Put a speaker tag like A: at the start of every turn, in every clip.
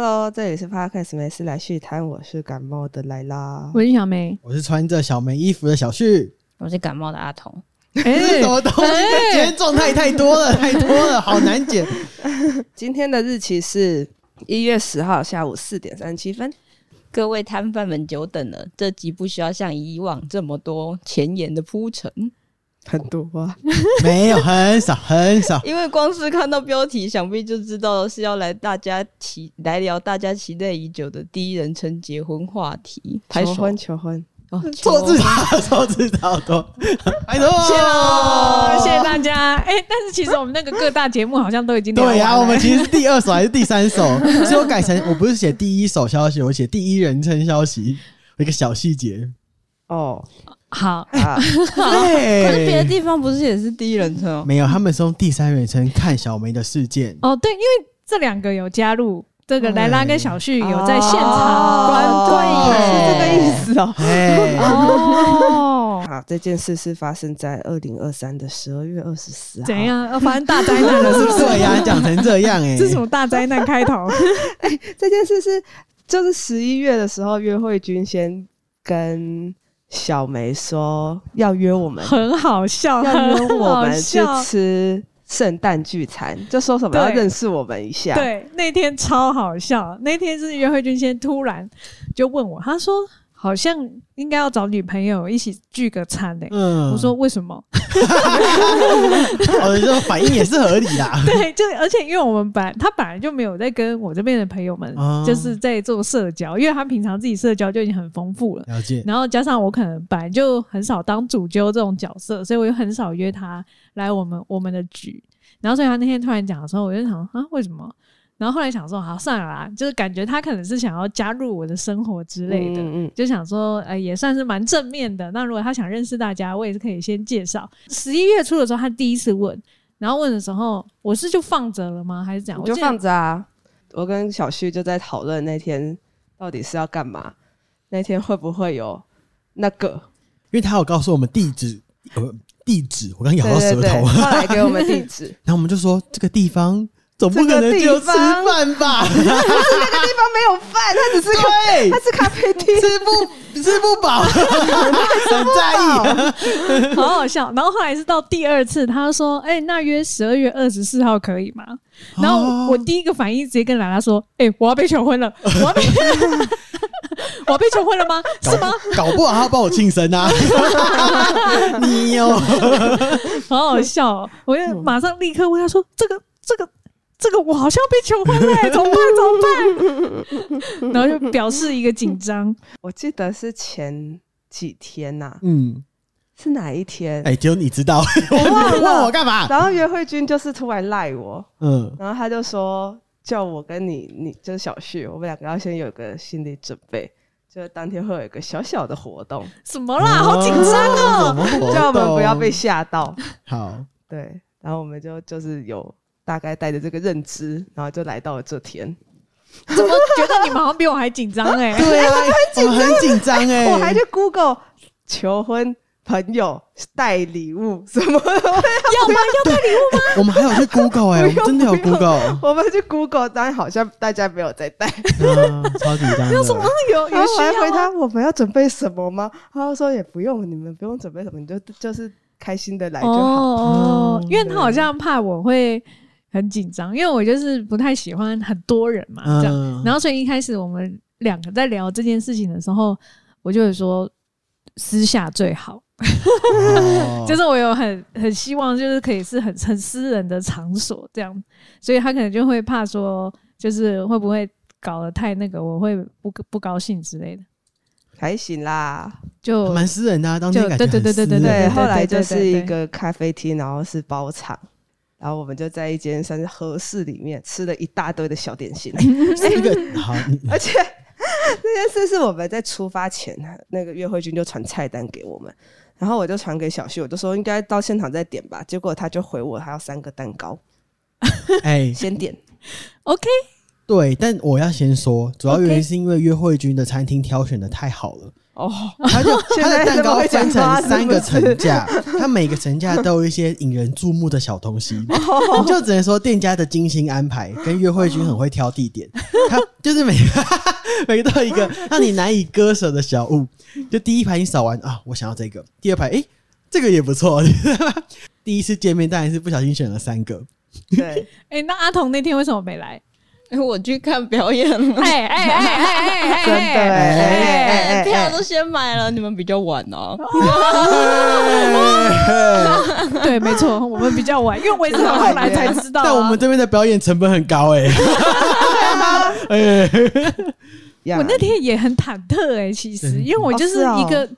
A: 喽，这里是 Podcast 没事来续谈，我是感冒的莱拉。
B: 我是小梅，
C: 我是穿着小梅衣服的小旭。
D: 我是感冒的阿童，
B: 哎
C: 这 是什么东西？
B: 哎
C: 今天状态太多了，太多了，好难解。
A: 今天的日期是一月十号下午四点三十七分。
D: 各位摊贩们久等了，这集不需要像以往这么多前言的铺陈，
A: 很多 啊，
C: 没有，很少，很少。
D: 因为光是看到标题，想必就知道是要来大家期来聊大家期待已久的第一人称结婚话题。拍
A: 求
D: 手
A: 婚求婚，
D: 哦，
C: 错字
D: 求
C: 塔，错字塔 好多。哎呦，
B: 哦谢谢大家。哎、但是其实我们那个各大节目好像都已经聊
C: 对
A: 啊
C: 呀、
B: 完了
C: 我们其实是第二首还是第三首，所以我改成我不是写第一手消息，我写第一人称消息，有一个小 细节。
A: 哦
B: 好，
A: 啊，
C: 对，
D: 可是别的地方不是也是第一人称哦？
C: 哎没有，他们是用第三人称看小梅的事件。
B: 哦，对，因为这两个有加入，这个莱拉跟小旭有在现
A: 哦
B: 场观
A: 对耶，是这个意思哦。
C: 哎，
B: 哦。
A: 好，这件事是发生在二零二三的十二月二十四号。
B: 怎？样？呃反正大灾难了，是不是？
C: 对
A: 啊
C: 呀、讲成这样哎、
B: 这是什么大灾难开头？
A: 这件事是就是十一月的时候，约会君先跟小梅说要约我 们，
B: 很好笑，
A: 要约
B: 很
A: 我
B: 好
A: 们去
B: 笑。
A: 吃圣诞聚餐，就说什么
B: 对
A: 要认识我们一下。，
B: 对，那天超好笑。那天是约会君先突然就问我，他说好像应该要找女朋友一起聚个餐嘞、
C: 嗯
B: 我说，为什么？
C: 我呃的这种反应也是合理啊啦。
B: 对，就而且因为我们本来他本来就没有在跟我这边的朋友们
C: 哦
B: 就是在做社交，因为他平常自己社交就已经很丰富了。
C: 了解，
B: 然后加上我可能本来就很少当主揪这种角色，所以我就很少约他来我们我们的局。然后所以他那天突然讲的时候，我就想啊，为什么？然后后来想说，好算了啦，就是感觉他可能是想要加入我的生活之类的，
A: 嗯嗯
B: 就想说，呃，也算是蛮正面的。那如果他想认识大家，我也是可以先介绍。十一月初的时候，他第一次问，然后问的时候，我是就放着了吗？还是怎样？
A: 你
B: 我
A: 就
B: 记得
A: 放着啊。我跟小旭就在讨论那天到底是要干嘛，那天会不会有那个？
C: 因为他有告诉我们地址，呃，地址，我刚咬
A: 对
C: 到
A: 对
C: 舌头。
A: 对，后来给我们 地址，
C: 然后我们就说这个地方总不可能只有吃饭吧？
A: 地方没有饭，它 只是个
C: 对
A: 它，是咖啡厅。
C: 吃不吃不饱，很在意。
B: 好好笑。然后后来是到第二次，他说：“哎、那约十二月二十四号可以吗？”然后我
C: 哦
B: 我第一个反应直接跟兰拉说：“哎、我要被求婚了，我要被 我要被求婚了吗？是吗
C: 搞不好他帮我庆生 啊！你有？”
B: 好好笑、哦，我就马上立刻问他说：“这个这个。”这个我好像被求婚了、欸怎么办？怎么办？然 后就表示一个紧张，
A: 我记得是前几天呐、
C: 嗯，
A: 是哪一天？
C: 哎，只有你知道，
A: 我忘
C: 问我
A: 了。
C: 干嘛？
A: 然后约会君就是突然赖我，
C: 嗯，
A: 然后他就说叫我跟你，你就是小旭，我们两个要先有个心理准备，就是当天会有一个小小的活动，
B: 什么啦？好紧张哦！
C: 哦
A: 叫我们不要被吓到。
C: 好。
A: 对，然后我们就就是有大概带着这个认知，然后就来到了这天。
B: 怎么觉得你们好像比我还紧张哎、
C: 对啊，我们很紧张哎，
A: 我还去 Google 求婚朋友带礼物什么的，
B: 要吗？要带礼物吗？
C: 我们还有去 Google 哎，我
A: 不
C: 们
A: 用
C: 真的有
A: 不用
C: Google，
A: 我们去 Google，当然好像大家没有在带。
C: 嗯，超紧张的。有什么
B: 有
A: 然
B: 有
A: 后我
B: 需
A: 还
B: 要啊
A: 回
B: 吗
A: 他我们要准备什么吗？他就说也不用，你们不用准备什么，你就就是开心的来就好。
B: 哦哦
C: 嗯，
B: 因为他好像怕我会很紧张，因为我就是不太喜欢很多人嘛，这样。
C: 嗯
B: 然后所以一开始我们两个在聊这件事情的时候，我就有说私下最好，
C: 哦
B: 就是我有很很希望就是可以是很很私人的场所这样，所以他可能就会怕说就是会不会搞得太那个，我会不不高兴之类的，
A: 还行啦，
B: 就
C: 蛮私人的、啊，当天
B: 就
C: 感觉
B: 对对对对
C: 很私
A: 对，
C: 人
A: 后来
B: 对
A: 就
B: 对
A: 是一
B: 对
A: 个咖啡厅，然后是包场，然后我们就在一间算是和室里面吃了一大堆的小点心，
C: 是一个好，你
A: 而且那件事是我们在出发前，那个约会君就传菜单给我们，然后我就传给小旭，我就说应该到现场再点吧，结果他就回我他要三个蛋糕，
C: 哎、
A: 先点，
B: OK，
C: 对，但我要先说，主要原因是因为约会君的餐厅挑选的太好了，
A: 哦，
C: 他就
A: 现
C: 他
A: 在
C: 的蛋糕分
A: 这么会
C: 成
A: 讲话
C: 三个
A: 是不是
C: 层架， 他每个层架都有一些引人注目的小 东西，
A: 哦
C: 你就只能说店家的精心安排跟约会君很会挑地 点，他就是每 每到一个让你难以割舍的小物，就第一排你扫完啊，我想要这个，第二排诶、这个也不错， 第一次见面当然是不小心选了三 个，
A: 对，
B: 哎、那阿童那天为什么没来？
D: 我去看表演了，
B: 哎哎哎哎哎，
A: 真的哎
B: 哎
A: 哎哎哎
D: 哎，票
A: 哎，
D: 都先买了，你们比较晚啊。
A: 啊
B: 对，没错，我们比较晚，因为我也是到后来才知道、啊。
C: 但我们这边的表演成本很高 诶、
A: 呀
B: 我那天也很忐忑哎、其实
C: 对
B: 因为我就是
A: 哦
B: 一
A: 是
B: 个，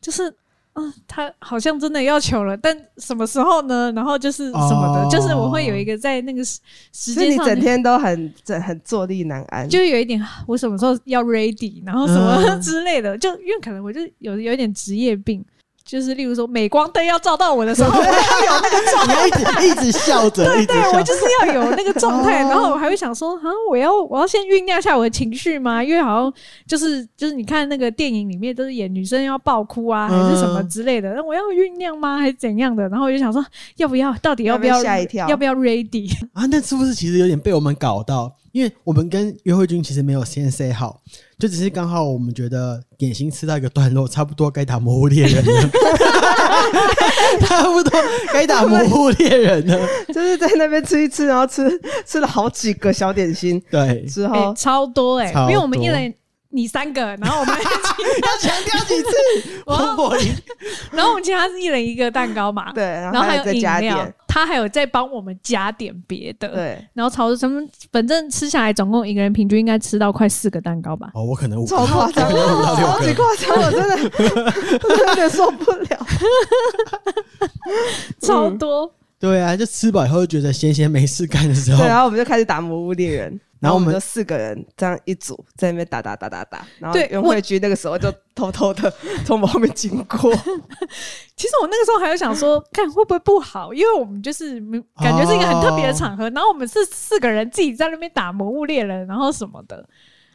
B: 就是啊、他好像真的要求了，但什么时候呢？然后就是什么的，
C: 哦
B: 就是我会有一个在那个时时
A: 所以
B: 间
A: 你
B: 上
A: 整天都很整很坐立难安，
B: 就有一点，啊我什么时候要 ready，然后什么
C: 嗯
B: 之类的，就因为可能我就有有一点职业病，就是例如说镁光灯要照到我的时候，我要有那个状
C: 你要一直一直笑着，一直
B: 对我
C: 笑
B: 就。是要有那个状态，
C: 哦
B: 然后我还会想说，啊，我要我要先酝酿一下我的情绪吗？因为好像就是就是你看那个电影里面都是演女生要爆哭啊，还是什么
C: 嗯
B: 之类的，那我要酝酿吗？还是怎样的？然后我就想说，要不要到底要不
A: 要
B: 要
A: 被吓一跳
B: 要不要 ready？
C: 啊，那是不是其实有点被我们搞到？因为我们跟约会君其实没有先 say 好，就只是刚好我们觉得点心吃到一个段落，差不多该打魔物猎人了， 差不多该打魔物猎人了。
A: 就是在那边吃一吃，然后吃吃了好几个小点心
C: 对，
A: 之
B: 哎、
A: 后，
B: 超多哎、
C: 超
B: 因为我们
C: 多
B: 一人你三个，然后我们
C: 要强调几 次？
B: 我要
C: 王柏林
B: 然后我们其他是一人一个蛋糕嘛，
A: 对，，然
B: 然后还
A: 有再
B: 饮
A: 加
B: 料
A: 点，，
B: 他还有在帮我们加点别的，。
A: 对，
B: 然后朝什么，反正吃下来总共一个人平均应该吃到快四个蛋糕吧。
C: 哦，我可能五
A: 超
C: 个
A: 夸张，
C: 我可能五到
A: 超级
C: 六个。
A: 夸张，我真的 我有点受不了。嗯
B: 超多。
C: 对啊，就吃饱以后就觉得闲闲没事干的时候
A: 对，，然啊后我们就开始打《魔物猎人》，
C: 然后
A: 我
C: 我们
A: 们就四个人这样一组在那边打打打打打，然后
B: 对
A: 袁
B: 我
A: 慧君那个时候就偷偷的 从我们后面经过，
B: 其实我那个时候还有想说，看会不会不好，因为我们就是嗯感觉是一个很特别的场合，然后我们是四个人自己在那边打《魔物猎人》，然后什么的，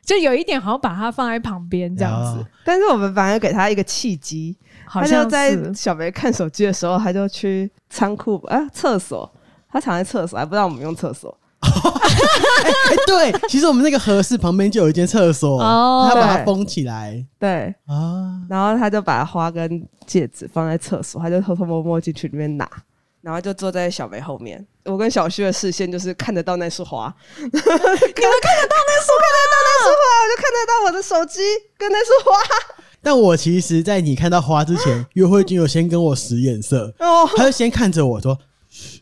B: 就有一点好像把它放在旁边这样
C: 啊哦
B: 子，
A: 但是我们反而给他一个契机，
B: 好
A: 他就
B: 像
A: 在
B: 是
A: 小梅看手机的时候，他就去仓库啊厕所，他藏在厕所，还不知道我们用厕所，
C: 哎、对，其实我们那个和室旁边就有一间厕所，
B: 哦
C: 他把它
A: 对
C: 封起来
A: 对，
C: 啊。
A: 然后他就把花跟戒指放在厕所，他就偷偷摸摸进去里面拿，然后就坐在小梅后面。我跟小旭的视线就是看得到那束花， 你们看得到那束，看得到那束花，我就看得到我的手机跟那束花。
C: 但我其实，在你看到花之前，约会君有先跟我使眼色，
A: 哦，
C: 他就先看着我说，嘘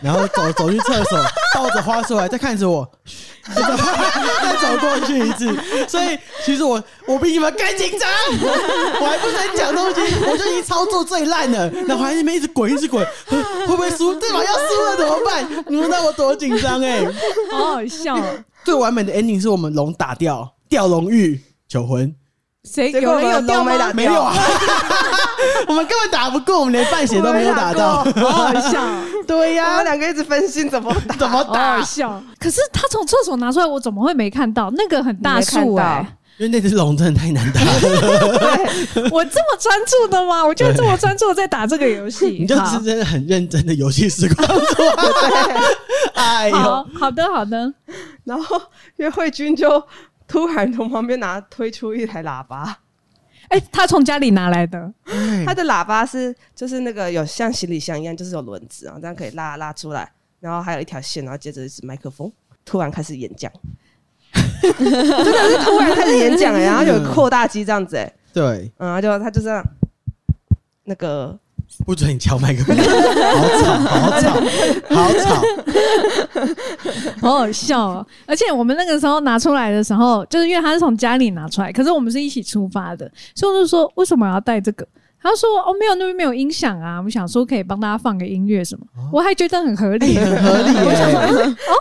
C: 然后走走去厕所，抱着花出来，再看着我，嘘再走再走过去一次。所以其实我我比你们更紧张，我还不能讲东西，我就已经操作最烂了，然后还在那边一直滚一直滚，呃会不会输？对吧？要输了怎么办？你们知道我多紧张哎、
B: 好好笑哦。
C: 最完美的 ending 是我们龙打掉，掉龙玉求婚，
B: 谁
A: 结果
B: 有人
A: 我
B: 有
A: 们
B: 掉
A: 都没
B: 吗
A: 打？
C: 没有啊， 我们根本打不过，我们连半血都没有打到。
B: 好好笑哦，
A: 对呀、我们两个一直分心怎么打，
C: 怎么
B: 好好
C: 打？
B: 笑。可是他从厕所拿出来，我怎么会没看到？那个很大
A: 你
B: 树
A: 没看到
B: 哎、
C: 因为那只龙真的太难打了，
B: 我这么专注的吗？我就这么专注地在打这个游戏，
C: 你就
B: 好
C: 是真的很认真的游戏时光做。 哎呦，
B: 好好的好的，
A: 然后约会君就突然从旁边拿推出一台喇叭，
B: 哎、他从家里拿来的，嗯
A: 它的喇叭是就是那个有像行李箱一样，就是有轮子，然后这样可以拉拉出来，然后还有一条线，然后接着一支麦克风。突然开始演 讲，真的是突然开始演讲哎、然后有扩大机这样子哎、
C: 对，
A: 嗯，然后就他就这样，那个
C: 不准你敲麦克风，好吵，好吵，好吵。
B: 好好笑哦！而且我们那个时候拿出来的时候，就是因为他是从家里拿出来，可是我们是一起出发的，所以我就说为什么要带这个？他说哦，没有，那边没有音响啊，我们想说可以帮大家放个音乐什么，我还觉得很合理，
C: 哦哎很合理 耶
B: 我想说嗯哦，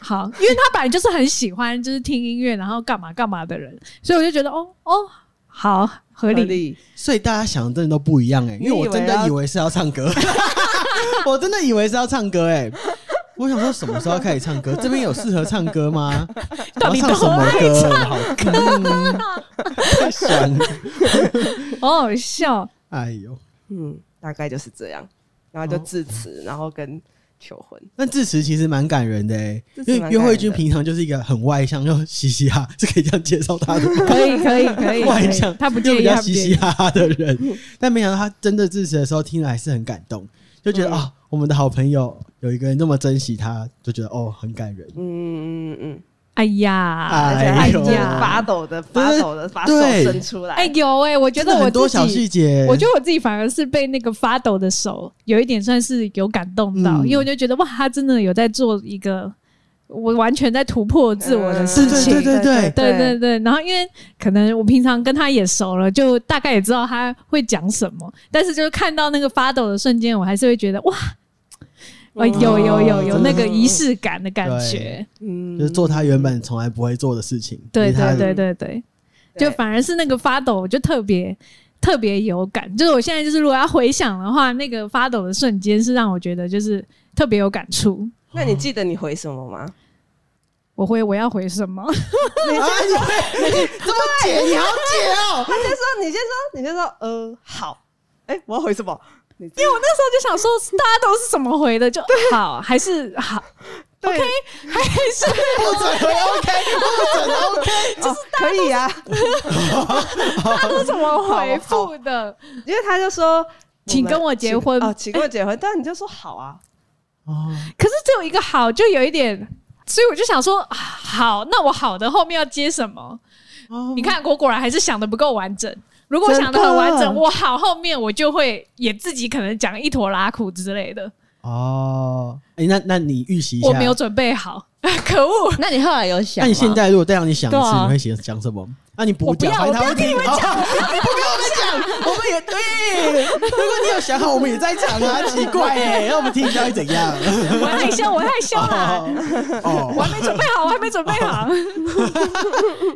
B: 好，因为他本来就是很喜欢就是听音乐，然后干嘛干嘛的人，所以我就觉得哦哦，好合理，
C: 所以大家想的真的都
A: 啊
C: 不一样哎、因为我真的以为是要唱歌，我真的以为是要唱歌哎、我想说什么时候要开始唱歌？这边有适合唱 歌吗？
B: 到底
C: 我要唱什么歌？好歌、嗯，太爽了！
B: 好好哦笑。
C: 哎呦，
A: 嗯，大概就是这样，然后就致辞，然后跟求婚。
C: 那致辞其实蛮感人的哎、
A: 致辞
C: 因为
A: 蛮
C: 约
A: 感
C: 会
A: 人
C: 君
A: 的
C: 平常就是一个很外向又嘻嘻哈，是可以这样介绍他的吗。
B: 可以可以可以，
C: 外
B: 可以
C: 向，
B: 他不介
C: 就比
B: 意，
C: 较
B: 他不
C: 嘻
B: 介
C: 嘻
B: 意。嗯
C: 哈哈的人，但没想到他真的支持的时候，听了还是很感动，就觉得
A: 嗯
C: 啊、我们的好朋友有一个人这么珍惜他，就觉得哦，很感人。
A: 嗯嗯嗯，
B: 哎呀，
A: 而且
C: 哎
A: 还
C: 呦
A: 就是发抖的、发抖的把手
C: 对
A: 伸出来。
B: 哎有哎，我觉
C: 真
B: 得
C: 的
B: 我
C: 很多
B: 自
C: 小细
B: 己，
C: 节，
B: 我觉得我自己反而是被那个发抖的手有一点算是有感动到，
C: 嗯
B: 因为我就觉得哇，他真的有在做一个我完全在突破自我的事情。
C: 嗯对对对对
B: 对对对，然后因为可能我平常跟他也熟了，就大概也知道他会讲什么，但是就是看到那个发抖的瞬间，我还是会觉得哇，呃，
A: 嗯
B: 有有有有
C: 哦真的
B: 那个仪式感的感觉，
A: 嗯
C: 就是做他原本从来不会做的事情。
B: 对
C: 因为他
B: 对对对对，就反而是那个发抖，我就特别特别有感，就是我现在就是如果要回想的话，那个发抖的瞬间是让我觉得就是特别有感触。
A: 那你记得你回什么吗？
B: 我会我要回 什么？
C: 啊，你会你这么解，你好解哦。
A: 他先说，你先说，你先说，呃，好。哎，我要回什么？你
B: 因为我那时候就想说，大家都是怎么回的，就好还是好，
A: 对，
B: 还是
C: 不准 OK，不准 OK。
A: 就是可以啊，
B: 都是怎么回复的？
A: 因为他就说，
B: 请
A: 们
B: 跟我结
A: 请
B: 婚
A: 哦，请跟我结婚，但你就说好啊，
C: 哦，
B: 可是只有一个好，就有一点，所以我就想说，啊好，那我好的后面要接什么？
C: 哦
B: 你看，我果然还是想的不够完整。如果我想的
A: 真
B: 很
A: 的
B: 完整，我好后面我就会也自己可能讲一坨拉苦之类的，
C: 哦，哎，那那你预习一下，
B: 我没有准备好， 可恶！
D: 那你后来有想
C: 那
D: 吗？
C: 你现在如果再让你想一
B: 对
C: 次，
B: 啊
C: 你会写讲什么？那、你
B: 我
C: 补
B: 不
C: 讲，
B: 要
C: 反正
B: 我
C: 他
B: 不
C: 会
B: 要
C: 听。哦你不给我们讲，我们也对。如果你有想好，我们也在讲啊，奇怪哎、让我们听一下会怎样？
B: 我害羞，我害羞啦，
C: 哦
B: 我还
C: 哦，
B: 没准备好，我还没准备好。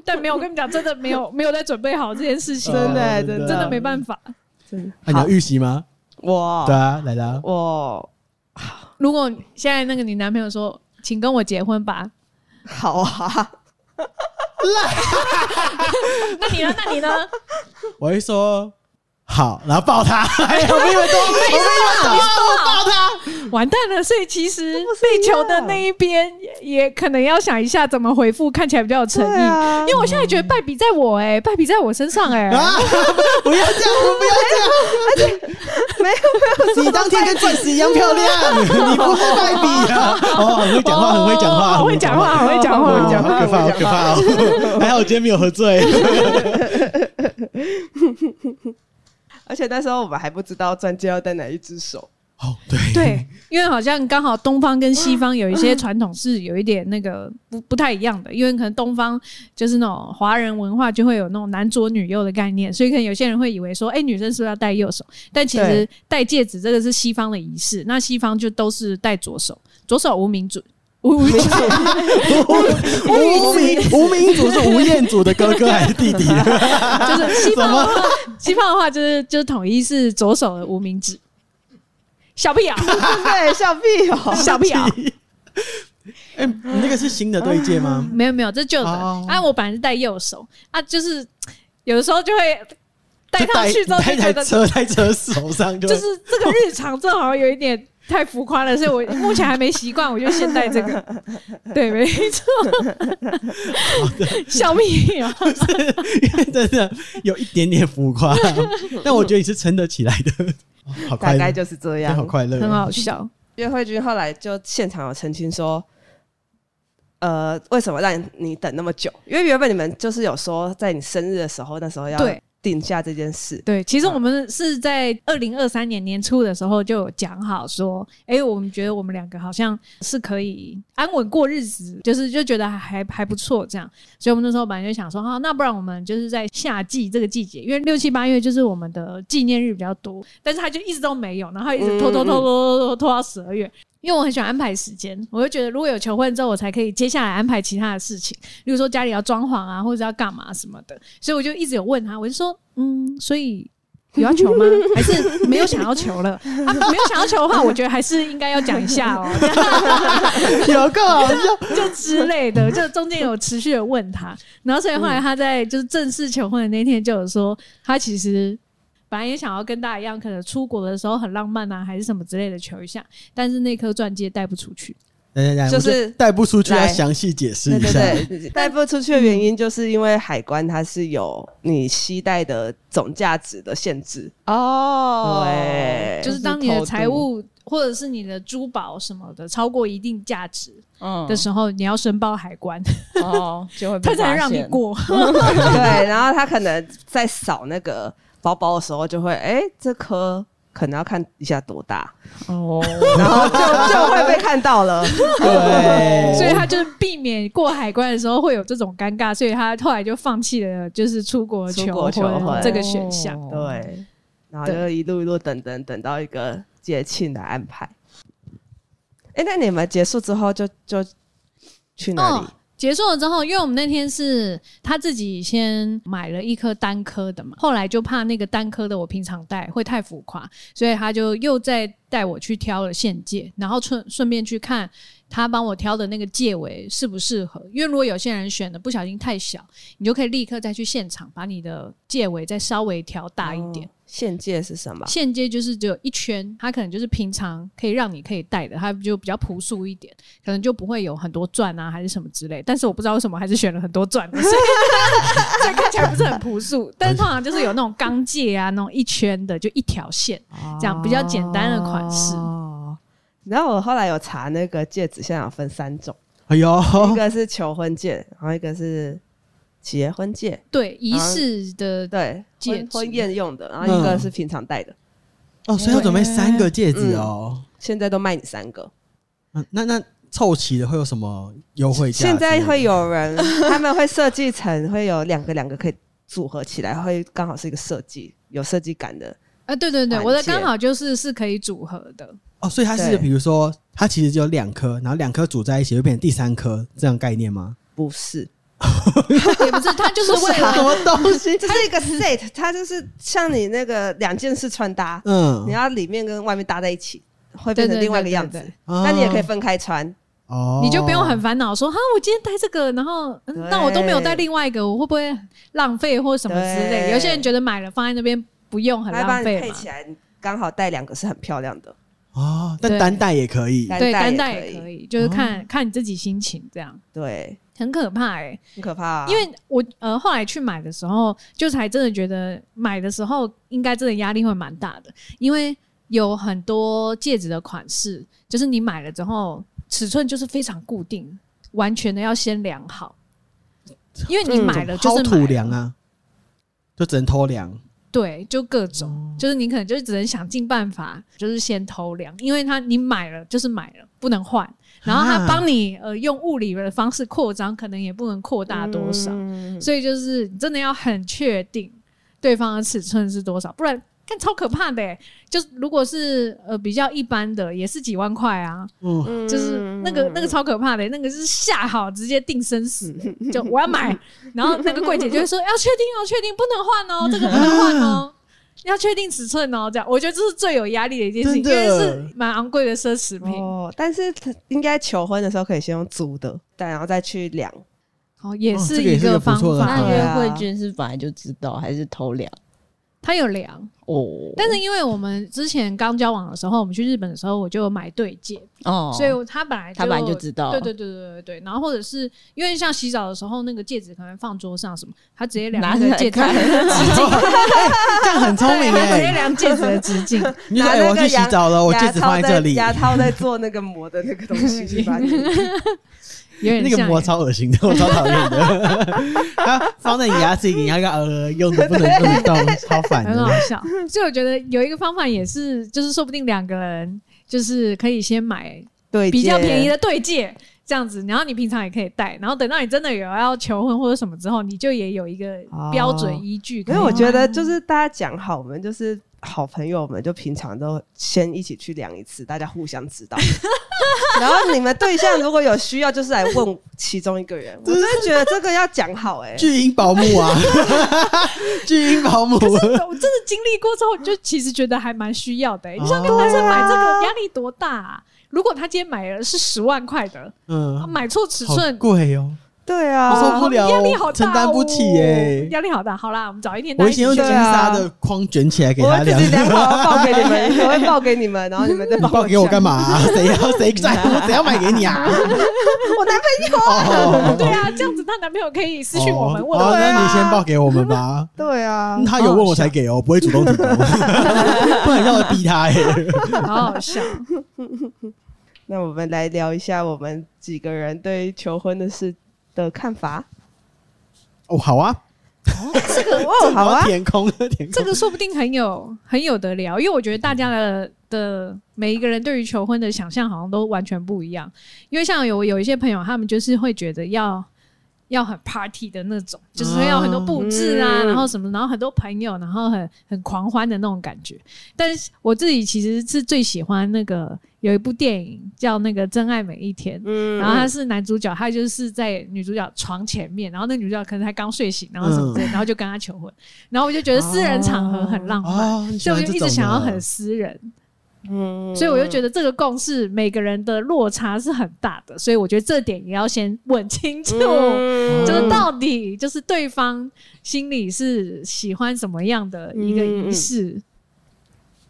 B: 但没有，我跟你们讲，真的没有，没有在准备好这件事情，
A: 真的
C: 哦
A: 真的
B: 真的没办法。
A: 真的
C: 那、你
A: 好
C: 要，预习吗？
A: 我
C: 对啊，来啦。
A: 我
B: 如果现在那个你男朋友说，请跟我结婚吧，
A: 好啊，
B: 那你呢？那你呢？
C: 我会说好，然后抱他。哎呀，我们以为都，我们以为都抱他。
B: 完蛋了，所以其实
A: 不是一样
B: 被求的那一边也也可能要想一下怎么回复，看起来比较有诚
A: 对
B: 意。
A: 啊
B: 因为我现在觉得败笔在我哎、败笔在我身上哎、
C: 啊！不要这样，我们不要这样。而且没有没有，你当天跟钻石一样漂亮，你不是败笔啊！哦，很会讲话，很会讲话，
B: 哦很会讲话，很会讲话，
A: 很会讲话
C: 好可怕，好可怕哦！还好我今天没有喝醉。
A: 而且那时候我们还不知道钻戒要戴哪一只 手，
C: 哦，对，
B: 对，因为好像刚好东方跟西方有一些传统是有一点那个不不太一样的，因为可能东方就是那种华人文化就会有那种男左女右的概念，所以可能有些人会以为说，哎、女生是不是要戴右手？但其实
A: 对
B: 戴戒指这个是西方的仪式，那西方就都是戴左手，左手无名指，无名指，
C: 无名无名祖是吴彦祖的哥哥还是弟弟？
B: 就是西
C: 怎
B: 方的
C: 么？
B: 话，西方的话就是就是统一是左手的无名指，小屁眼，
A: 对，笑屁哦，
B: 小屁眼。
C: 哎，你那个是新的对戒吗？
B: 没有没有，这是旧的。
C: 哦
B: 啊，我本来是戴右手啊，就是有的时候就会戴上去之后就
C: 戴
B: 觉
C: 在
B: 得，
C: 车 在车手上就
B: 就是这个日常这好像有一点太浮夸了，所以我 目前还没习惯，我就先戴这个。 对，没错， 小屁啊，
C: 真的有一点点 浮夸，但我觉得你是撑得起来的， 哦好快
A: 大
C: 乐，
A: 概就是这
C: 真的好
A: 样。
C: 快乐，哦
B: 很好笑。
A: 岳慧君后来就现场有澄清说，呃，为什么让你等那么久？因为原本你们就是有说在你生日的时候，那时候要
B: 对
A: 定下这件事。
B: 对，其实我们是在二零二三年年初的时候就有讲好说，哎、我们觉得我们两个好像是可以安稳过日子，就是就觉得还还还不错这样，所以我们那时候本来就想说，哈、那不然我们就是在夏季这个季节，因为六七八月就是我们的纪念日比较多，但是他就一直都没有，然后一直拖拖拖拖拖拖拖到十二月。因为我很喜欢安排时间，我就觉得如果有求婚之后，我才可以接下来安排其他的事情，例如说家里要装潢啊，或者要干嘛什么的。所以我就一直有问他，我就说，嗯，所以有要求吗？还是没有想要求了？啊，没有想要求的话，我觉得还是应该要讲一下哦，这样
C: 有够好笑。
B: 就之类的，就中间有持续的问他，然后所以后来他在就是正式求婚的那天就有说，他其实本来也想要跟大家一样，可能出国的时候很浪漫啊，还是什么之类的求一下，但是那颗钻戒带不出去，
C: 等等等，
A: 就
C: 我
A: 是
C: 带不出去，要
A: 来
C: 详细解释
A: 对
C: 一
A: 对
C: 下。
A: 对，带不出去的原因就是因为海关它是有你携带的总价值的限制，
D: 哦，
A: 对
B: 就是当你的财，务或者是你的珠宝什么的超过一定价值
D: 嗯
B: 的时候，你要申报海关，
D: 哦，就会被
B: 他才能
D: 发
B: 让你
D: 现。
B: 过。
A: 对，然后他可能在扫那个包包的时候就会，哎、这颗可能要看一下多 大，
D: 哦，
A: 然后就就会被看到了，
C: 对
B: 所以他就是避免过海关的时候会有这种尴尬，所以他后来就放弃了就是出国
A: 出
B: 求
A: 国求
B: 婚
A: 婚
B: 这个选项。
D: 哦，
A: 对，然后就一路一路等等等到一个节庆的安排。哎、那你们结束之后就就去哪里？
B: 哦结束了之后，因为我们那天是他自己先买了一颗单颗的嘛，后来就怕那个单颗的我平常戴会太浮夸，所以他就又再带我去挑了线戒，然后顺顺便去看他帮我挑的那个戒围适不适合。因为如果有些人选的不小心太小，你就可以立刻再去现场把你的戒围再稍微调大一点。
A: 哦。现界是什么？
B: 现阶就是只有一圈，它可能就是平常可以让你可以戴的，它就比较朴素一点，可能就不会有很多钻啊，还是什么之类。但是我不知道为什么还是选了很多钻的，啊所以所以看起来不是很朴素。但是通常就是有那种钢戒啊，那种一圈的，就一条线。这样比较简单的款式
A: 哦然后我后来有查那个戒指，现在有分三种，
C: 哎呦，
B: 哦
A: 一个是求婚戒，然后一个是结婚戒，
B: 对，仪式的
A: 对，
B: 戒
A: 婚
B: 指嗯
A: 婚宴用的，然后一个是平常戴的，
C: 哦，所以要准备三个戒指
A: 啊
C: 哦。
A: 现在都卖你三个。
C: 嗯那那凑齐的会有什么优惠价？
A: 现在会，有人 他们会设计成会有两个两个可以组合起来，会刚好是一个设计有设计感的。
B: 啊，对对对，
A: 环
B: 我的
A: 戒
B: 刚好就是是可以组合的。
C: 哦，所以它是
A: 对
C: 比如说，它其实只有两颗，然后两颗组在一起会变成第三颗，这样概念吗？
A: 不是，
B: 也不是，他就是为
A: 不是
B: 了
A: 啊么东西？这是一个 set，它就是像你那个两件式穿搭，
C: 嗯
A: 你，要里面跟外面搭在一起，会变成另外一个样
B: 对
A: 子
B: 对对。
C: 那
A: 但你也可以分开穿，
C: 哦，
B: 你就不用很烦恼说哈，我今天戴这个，然后、嗯
A: 对
B: 那我都没有戴另外一个，我会不会浪费或什么之类？
A: 对
B: 有些人觉得买了放在那边不用很
A: 来帮
B: 浪
A: 你
B: 费
A: 配
B: 嘛，
A: 起来，刚好戴两个是很漂亮的。
C: 哦，但单戴也可以
A: 对。
B: 对，
A: 单
B: 单
A: 戴
B: 戴
A: 也哦
B: 也可以，就是看、看你自己心情这样。
A: 对，
B: 很可怕哎、
A: 很可怕啊、
B: 因
C: 哦
B: 为我呃后来去买的时候，就才真的觉得买的时候应该真的压力会蛮大的，因为有很多戒指的款式，就是你买了之后尺寸就是非常固定，完全的要先量好，因为你
A: 嗯
B: 买了就
C: 薅
B: 是买
C: 土
B: 了
C: 量啊，就只能偷量。
B: 对，就各种，就是你可能就只能想尽办法，就是先偷量，因为他你买了就是买了，不能换，然后他
C: 啊
B: 帮你呃用物理的方式扩张，可能也不能扩大多少，
A: 嗯
B: 所以就是你真的要很确定对方的尺寸是多少，不然看超可怕的、欸。就是如果是呃比较一般的，也是几万块啊，
C: 嗯，
B: 就是那个那个超可怕的、那个是吓好直接定生死的、就我要买，然后那个柜姐就会说要确定要确定，不能换哦，这个不能换哦。要确定尺寸哦，这样我觉得这是最有压力的一件事情，因
C: 真的
B: 为是蛮昂贵的奢侈品，哦，
A: 哦，但是他应该求婚的时候可以先用租的，但然后再去量。
B: 也
C: 哦
B: 是
C: 这个也
B: 一
C: 是一个不
B: 方
C: 错的
B: 法。
D: 那
A: 对
D: 约
A: 啊
D: 会券是本来就知道，还是偷量
B: 它有量，
D: 哦？
B: 但是因为我们之前刚交往的时候，我们去日本的时候，我就有买对戒，
D: 哦，
B: 所以他本来
D: 他本来就知道，
B: 对对对对对对，然后或者是因为像洗澡的时候，那个戒指可能放桌上什么，他直接
D: 拿
B: 量
D: 着
B: 那个戒指
D: 看
B: 的直径，
C: 这样很聪
B: 对，
C: 明
B: 他直接
C: 哎。
B: 量戒指的直径，
C: 你就说
A: 拿
C: 哎，
A: 那
C: 我
A: 个
C: 去洗
A: 牙
C: 澡了，我戒
A: 牙
C: 指
A: 套
C: 放
A: 在
C: 在这里，
A: 牙套在做那个磨的那个东西，去 把你
B: 有点
C: 那
B: 像欸
C: 个膜超恶心的，我超讨厌的。 它放在你牙齿里，然后呃用的不能不能动，超烦
B: 很好
C: 的。
B: 笑。所以我觉得有一个方法也是，就是说不定两个人就是可以先买
A: 对
B: 比较便宜
A: 的。
B: 的对戒。这样子，然后你平常也可以戴，然后等到你真的有要求婚或者什么之后，你就也有一个标准依据可
A: 因
B: 以
A: 为
B: 买。
A: 我觉得就是大家讲好，我们就是好朋友们就平常都先一起去量一次，大家互相 知道。然后你们对象如果有需要，就是来问其中一个人。 我真的觉得这个要讲好哎、
C: 巨婴保 姆啊，巨婴保姆，
B: 我真的经历过之后，就其实觉得还蛮需要的、欸。你像跟男生买这个压力多大、啊？如果他今天买的是十万块的，他
C: 嗯，
B: 买错尺
C: 好
B: 寸，
C: 贵哦，
A: 对
C: 我受
A: 啊
C: 不，了，
B: 压力好大、哦，哦
C: 承担不起耶。
B: 压力好大。好啦，我们找一天，
C: 我以前用
B: 去
C: 金
A: 对啊
C: 沙的框卷起来给
A: 我
C: 他
A: 会自
B: 啊
C: 量
A: 己，量好了报给你们，我会报给你们，然后你们再
C: 你
A: 帮
C: 报给我
A: 讲
C: 干嘛啊？ 谁要谁在乎？谁要买给你啊？
A: 我男朋友。
C: 哦
B: 对啊，这样子她男朋友可以私信我们
C: 哦
B: 问啊
C: 哦
B: 我
C: 那
B: 们
C: 你先报给我们 吧。
A: 对啊，
C: 他有问我才给哦，不会主动提供，不然要逼他哎。
B: 好好笑。
A: 那我们来聊一下我们几个人对求婚的事的看法。
C: 哦，好啊，
A: 这个哦，好
C: 我要
A: 啊，
C: 填空， 填
B: 这
C: 空。
B: 个说不定很有很有得聊，因为我觉得大家的的每一个人对于求婚的想象好像都完全不一样。因为像有有一些朋友，他们就是会觉得要要很 party 的那种，就是要很多布置啊，
A: 嗯
B: 然后什么，然后很多朋友，然后很很狂欢的那种感觉。但是我自己其实是最喜欢那个有一部电影叫那个《真爱每一天》，
A: 嗯
B: 然后他是男主角，他就是在女主角床前面，然后那女主角可能才刚睡醒，然后什么之类，
A: 嗯
B: 然后就跟他求婚，然后我就觉得私人场合很浪漫，
C: 哦，你喜
B: 所以
C: 欢
B: 我
C: 这
B: 就
C: 种
B: 一直想要
C: 的
B: 很私人，
A: 嗯
B: 所以我就觉
A: 得
B: 得这个共识每个人的落差是很大的，所以我觉得这点也要先问清楚，
A: 哦
C: 嗯
B: 就是到底就是对方心里是喜欢什么样的一个仪式，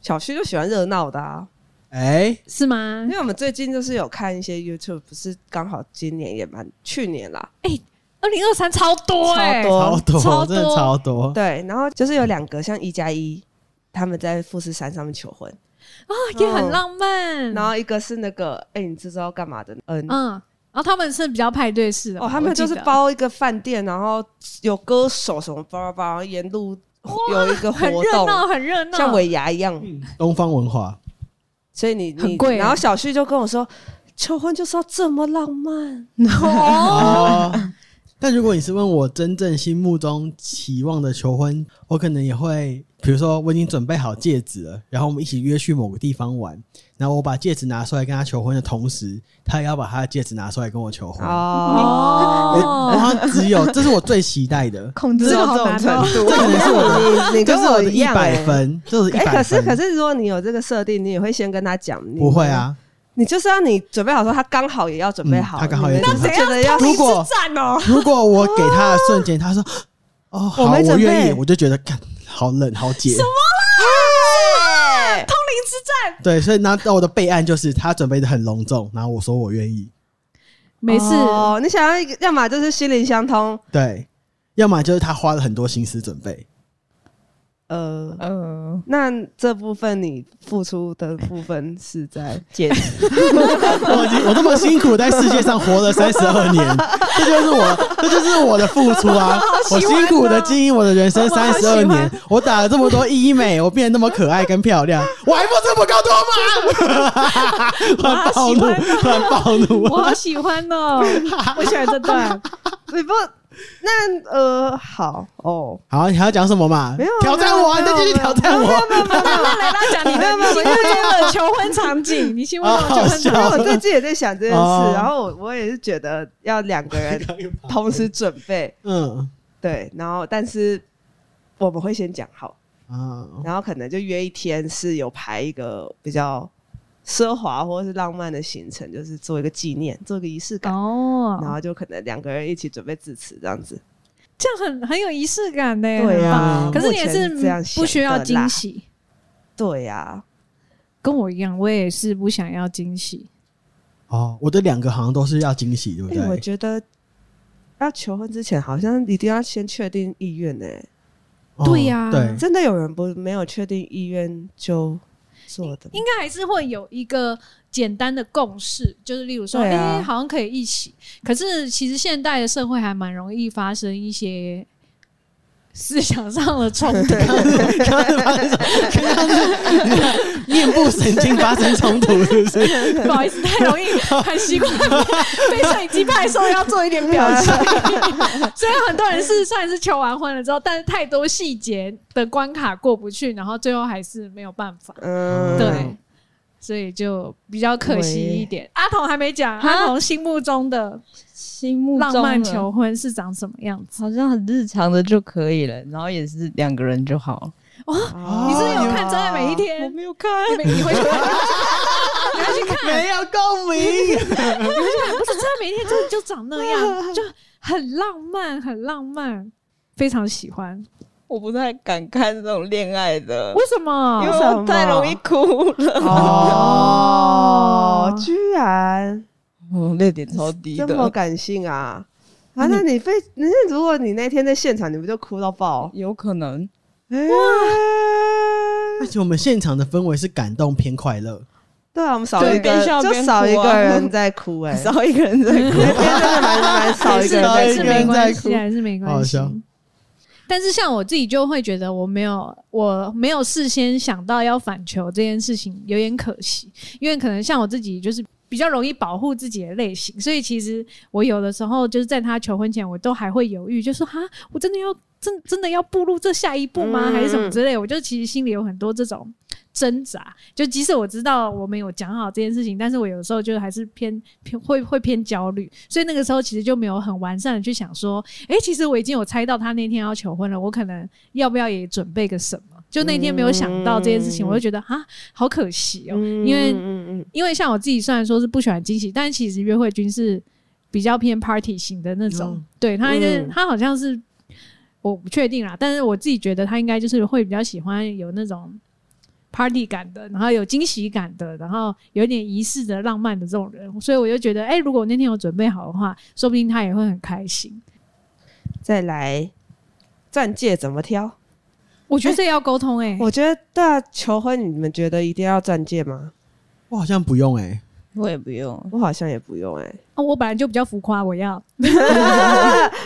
A: 小旭就喜欢热闹的啊，
C: 哎，
B: 是吗
A: 因？为我们最近就是有看一些 YouTube，不是刚好今年也蛮去年啦，
B: 二零二三超多哎、
A: 超多
B: 超多
C: 超多，真的超多。
A: 对，然后就是有两个像一加一。他们在富士山上面求婚，
B: 啊也
A: 哦
B: 很浪漫，
A: 然后一个是那个，哎、你知道干嘛的？嗯，
B: 嗯，然后他们是比较派对式的嘛
A: 哦，他们就是。
B: 我记得
A: 包一个饭店，然后有歌手什么叭叭叭，然后沿路有一个活
B: 很热
A: 动，
B: 闹，很热闹，
A: 像尾牙一样。
C: 东方文化，
A: 所以你
B: 很
A: 你
B: 贵，啊
A: 然后小旭就跟我说，求婚就是要这么浪漫。
C: 哦。但如果你是问我真正心目中期望的求婚，我可能也会，比如说我已经准备好戒指了，然后我们一起约去某个地方玩，然后我把戒指拿出来跟他求婚的同时，他也要把他的戒指拿出来跟我求婚。
A: 哦，，
C: 我我
B: 哦，
C: 好像哎只有，这是我最期待的
A: 控
B: 制到这种程
A: 度，
C: 这可能是我的
A: 你哦你
C: 这
A: 跟
C: 是我的
A: 一
C: 一
A: 样
C: 百
A: 欸。
C: 分，这是一
A: 哎，
C: 百
A: 可是
C: 分。
A: 可是，如果你有这个设定，你也会先跟他讲。你
C: 不会，啊，
A: 你就是要你准备好说，他刚好也要准备好，
C: 嗯他刚好也
A: 你们
C: 准
A: 就
C: 备
A: 觉得要
C: 如果
B: 赞哦，
C: 如果我给他的瞬 间，他说哦好，
A: 我没
C: 我
A: 准备
C: 愿意，我就觉得干好冷好解。
A: 哎
C: 对，所以那那我的备案就是他准备的很隆重，然后我说我愿意，
B: 没事，
A: 哦，你想要一个，要么就是心灵相通，
C: 对，要么就是他花了很多心思准备。
A: 呃，
D: 嗯，
A: 那这部分你付出的部分是在
D: 姐，
C: 我已经我这么辛苦在世界上活了三十二年，这就是我这就是我的付出啊！
B: 喜欢
C: 我
B: 哦
C: 辛苦的经营我的人生
B: 我好
C: 三
B: 喜
C: 十二
B: 欢
C: 年，我打了这么多医美，我变得那么可爱跟漂亮，我还不这么高多吗？突然暴怒，突然暴怒，
B: 我好喜欢哦，我喜欢这段，
A: 你不那呃好哦，
C: 好，你还要讲什么嘛
A: 没有？
C: 挑战我啊，你
A: 没有
C: 再继续
A: 没有
C: 挑战我。
B: 那来到讲你的你心目中的求婚场景，你心目中的求婚
A: 因为
B: 场
C: 啊好笑
B: 景，
A: 我最近也在想这件
C: 哦
A: 事，然后我我也是觉得要两个人同时准备，
C: 嗯
A: 对，然后但是我们会先讲好，
C: 啊，
A: 然后可能就约一天是有排一个比较奢华或是浪漫的行程，就是做一个纪念，做一个仪式感，然
B: 哦，
A: 后就可能两个人一起准备致辞这样子。
B: 这样很很有仪式感呢，
A: 对
B: 很棒
A: 呀，
B: 可是你也
A: 目前是这样
B: 是
A: 想
B: 不需要
A: 的
B: 惊
A: 啦，
B: 喜，
A: 对呀，
B: 跟我一样，我也是不想要惊喜，
C: 哦，我的两个好像都是要惊喜，对不
A: 哎、我
C: 对？
A: 觉得要求婚之前，好像一定要先确定意愿呢、
C: 哦
B: 对呀
C: 对，
A: 真的有人不没有确定意愿就做的吗，
B: 应该还是会有一个简单的共识，就是例如说，哎、
A: 对啊
B: 好像可以一起。可是其实现代的社会还蛮容易发生一些思想上的冲 突。
C: 刚刚是发生什么？刚刚是你看面部神经发生冲突，是不是？
B: 不好意思，太容易，很习惯被摄影机拍的时候要做一点表情。虽然很多人是虽然是求完婚了之后，但是太多细节的关卡过不去，然后最后还是没有办法。
A: 嗯，
B: 对，所以就比较可惜一点。
D: 啊
B: 阿童还没讲，阿童心目中的
D: 心目
B: 浪
D: 中
B: 漫
D: 的
B: 求婚是长什么样子？
D: 好像很日常的就可以了，然后也是两个人就好了。
A: 哦
B: 你是不是有看《真爱每一
D: 我
B: 天》？
D: 没有看，
B: 你没你会啊去看？你会去看？
C: 没有共鸣，
B: 不是《真爱每一天》真的就长那样，就很浪漫，很浪漫，非常喜欢。
D: 我不太敢看这种恋爱的，
B: 为什么
D: 因为？
A: 为什么
D: 我太容易哭 了。
A: 哦，居然
D: 哦，泪点超低
A: 这么
D: 的，
A: 感性啊！啊，那你非那如果你那天在现场，你不就哭到爆？哎
D: 有可能。
C: 而
A: 哇！
C: 且我们现场的氛围是感动偏快乐，
A: 对啊，我们少一
D: 对边
A: 个，
D: 笑
A: 就
D: 边
A: 少一
D: 哭啊
A: 个人在哭 哎，
D: 少一个人在哭，
A: 那天真的蛮蛮少一个人
C: 还
A: 在
C: 是
B: 是
C: 一个
B: 没
C: 人
A: 哭。
B: 关
C: 在
B: 系，
C: 哭
B: 还是没
C: 好
B: 关系
C: 笑。
B: 但是像我自己就会觉得我没有我没有事先想到要反求这件事情有点可惜，因为可能像我自己就是比较容易保护自己的类型，所以其实我有的时候就是在他求婚前我都还会犹豫，就说哈，我真的要真真的要步入这下一步吗？
A: 嗯
B: 还是什么之类的？我就其实心里有很多这种挣扎。就即使我知道我们有讲好这件事情，但是我有时候就还是偏偏会会偏焦虑，所以那个时候其实就没有很完善的去想说，诶，其实我已经有猜到他那天要求婚了，我可能要不要也准备个什么？就那天没有想到这件事情，
A: 嗯
B: 我就觉得啊，好可惜哦、因为
A: 嗯嗯
B: 因为像我自己虽然说是不喜欢惊喜，但其实约会君是比较偏 party 型的那种，
C: 嗯
B: 对他就是、
A: 嗯
B: 他好像是我不确定啦，但是我自己觉得他应该就是会比较喜欢有那种 party 感的，然后有惊喜感的，然后有点仪式的浪漫的这种人，所以我就觉得，哎、如果我那天有准备好的话，说不定他也会很开心。
A: 再来钻戒怎么挑？
B: 我觉得这要沟通哎、
A: 我觉得对啊，求婚你们觉得一定要钻戒吗？
C: 我好像不用哎，
D: 我也不用。
A: 我好像也不用哎、
B: 啊我本来就比较浮夸，我要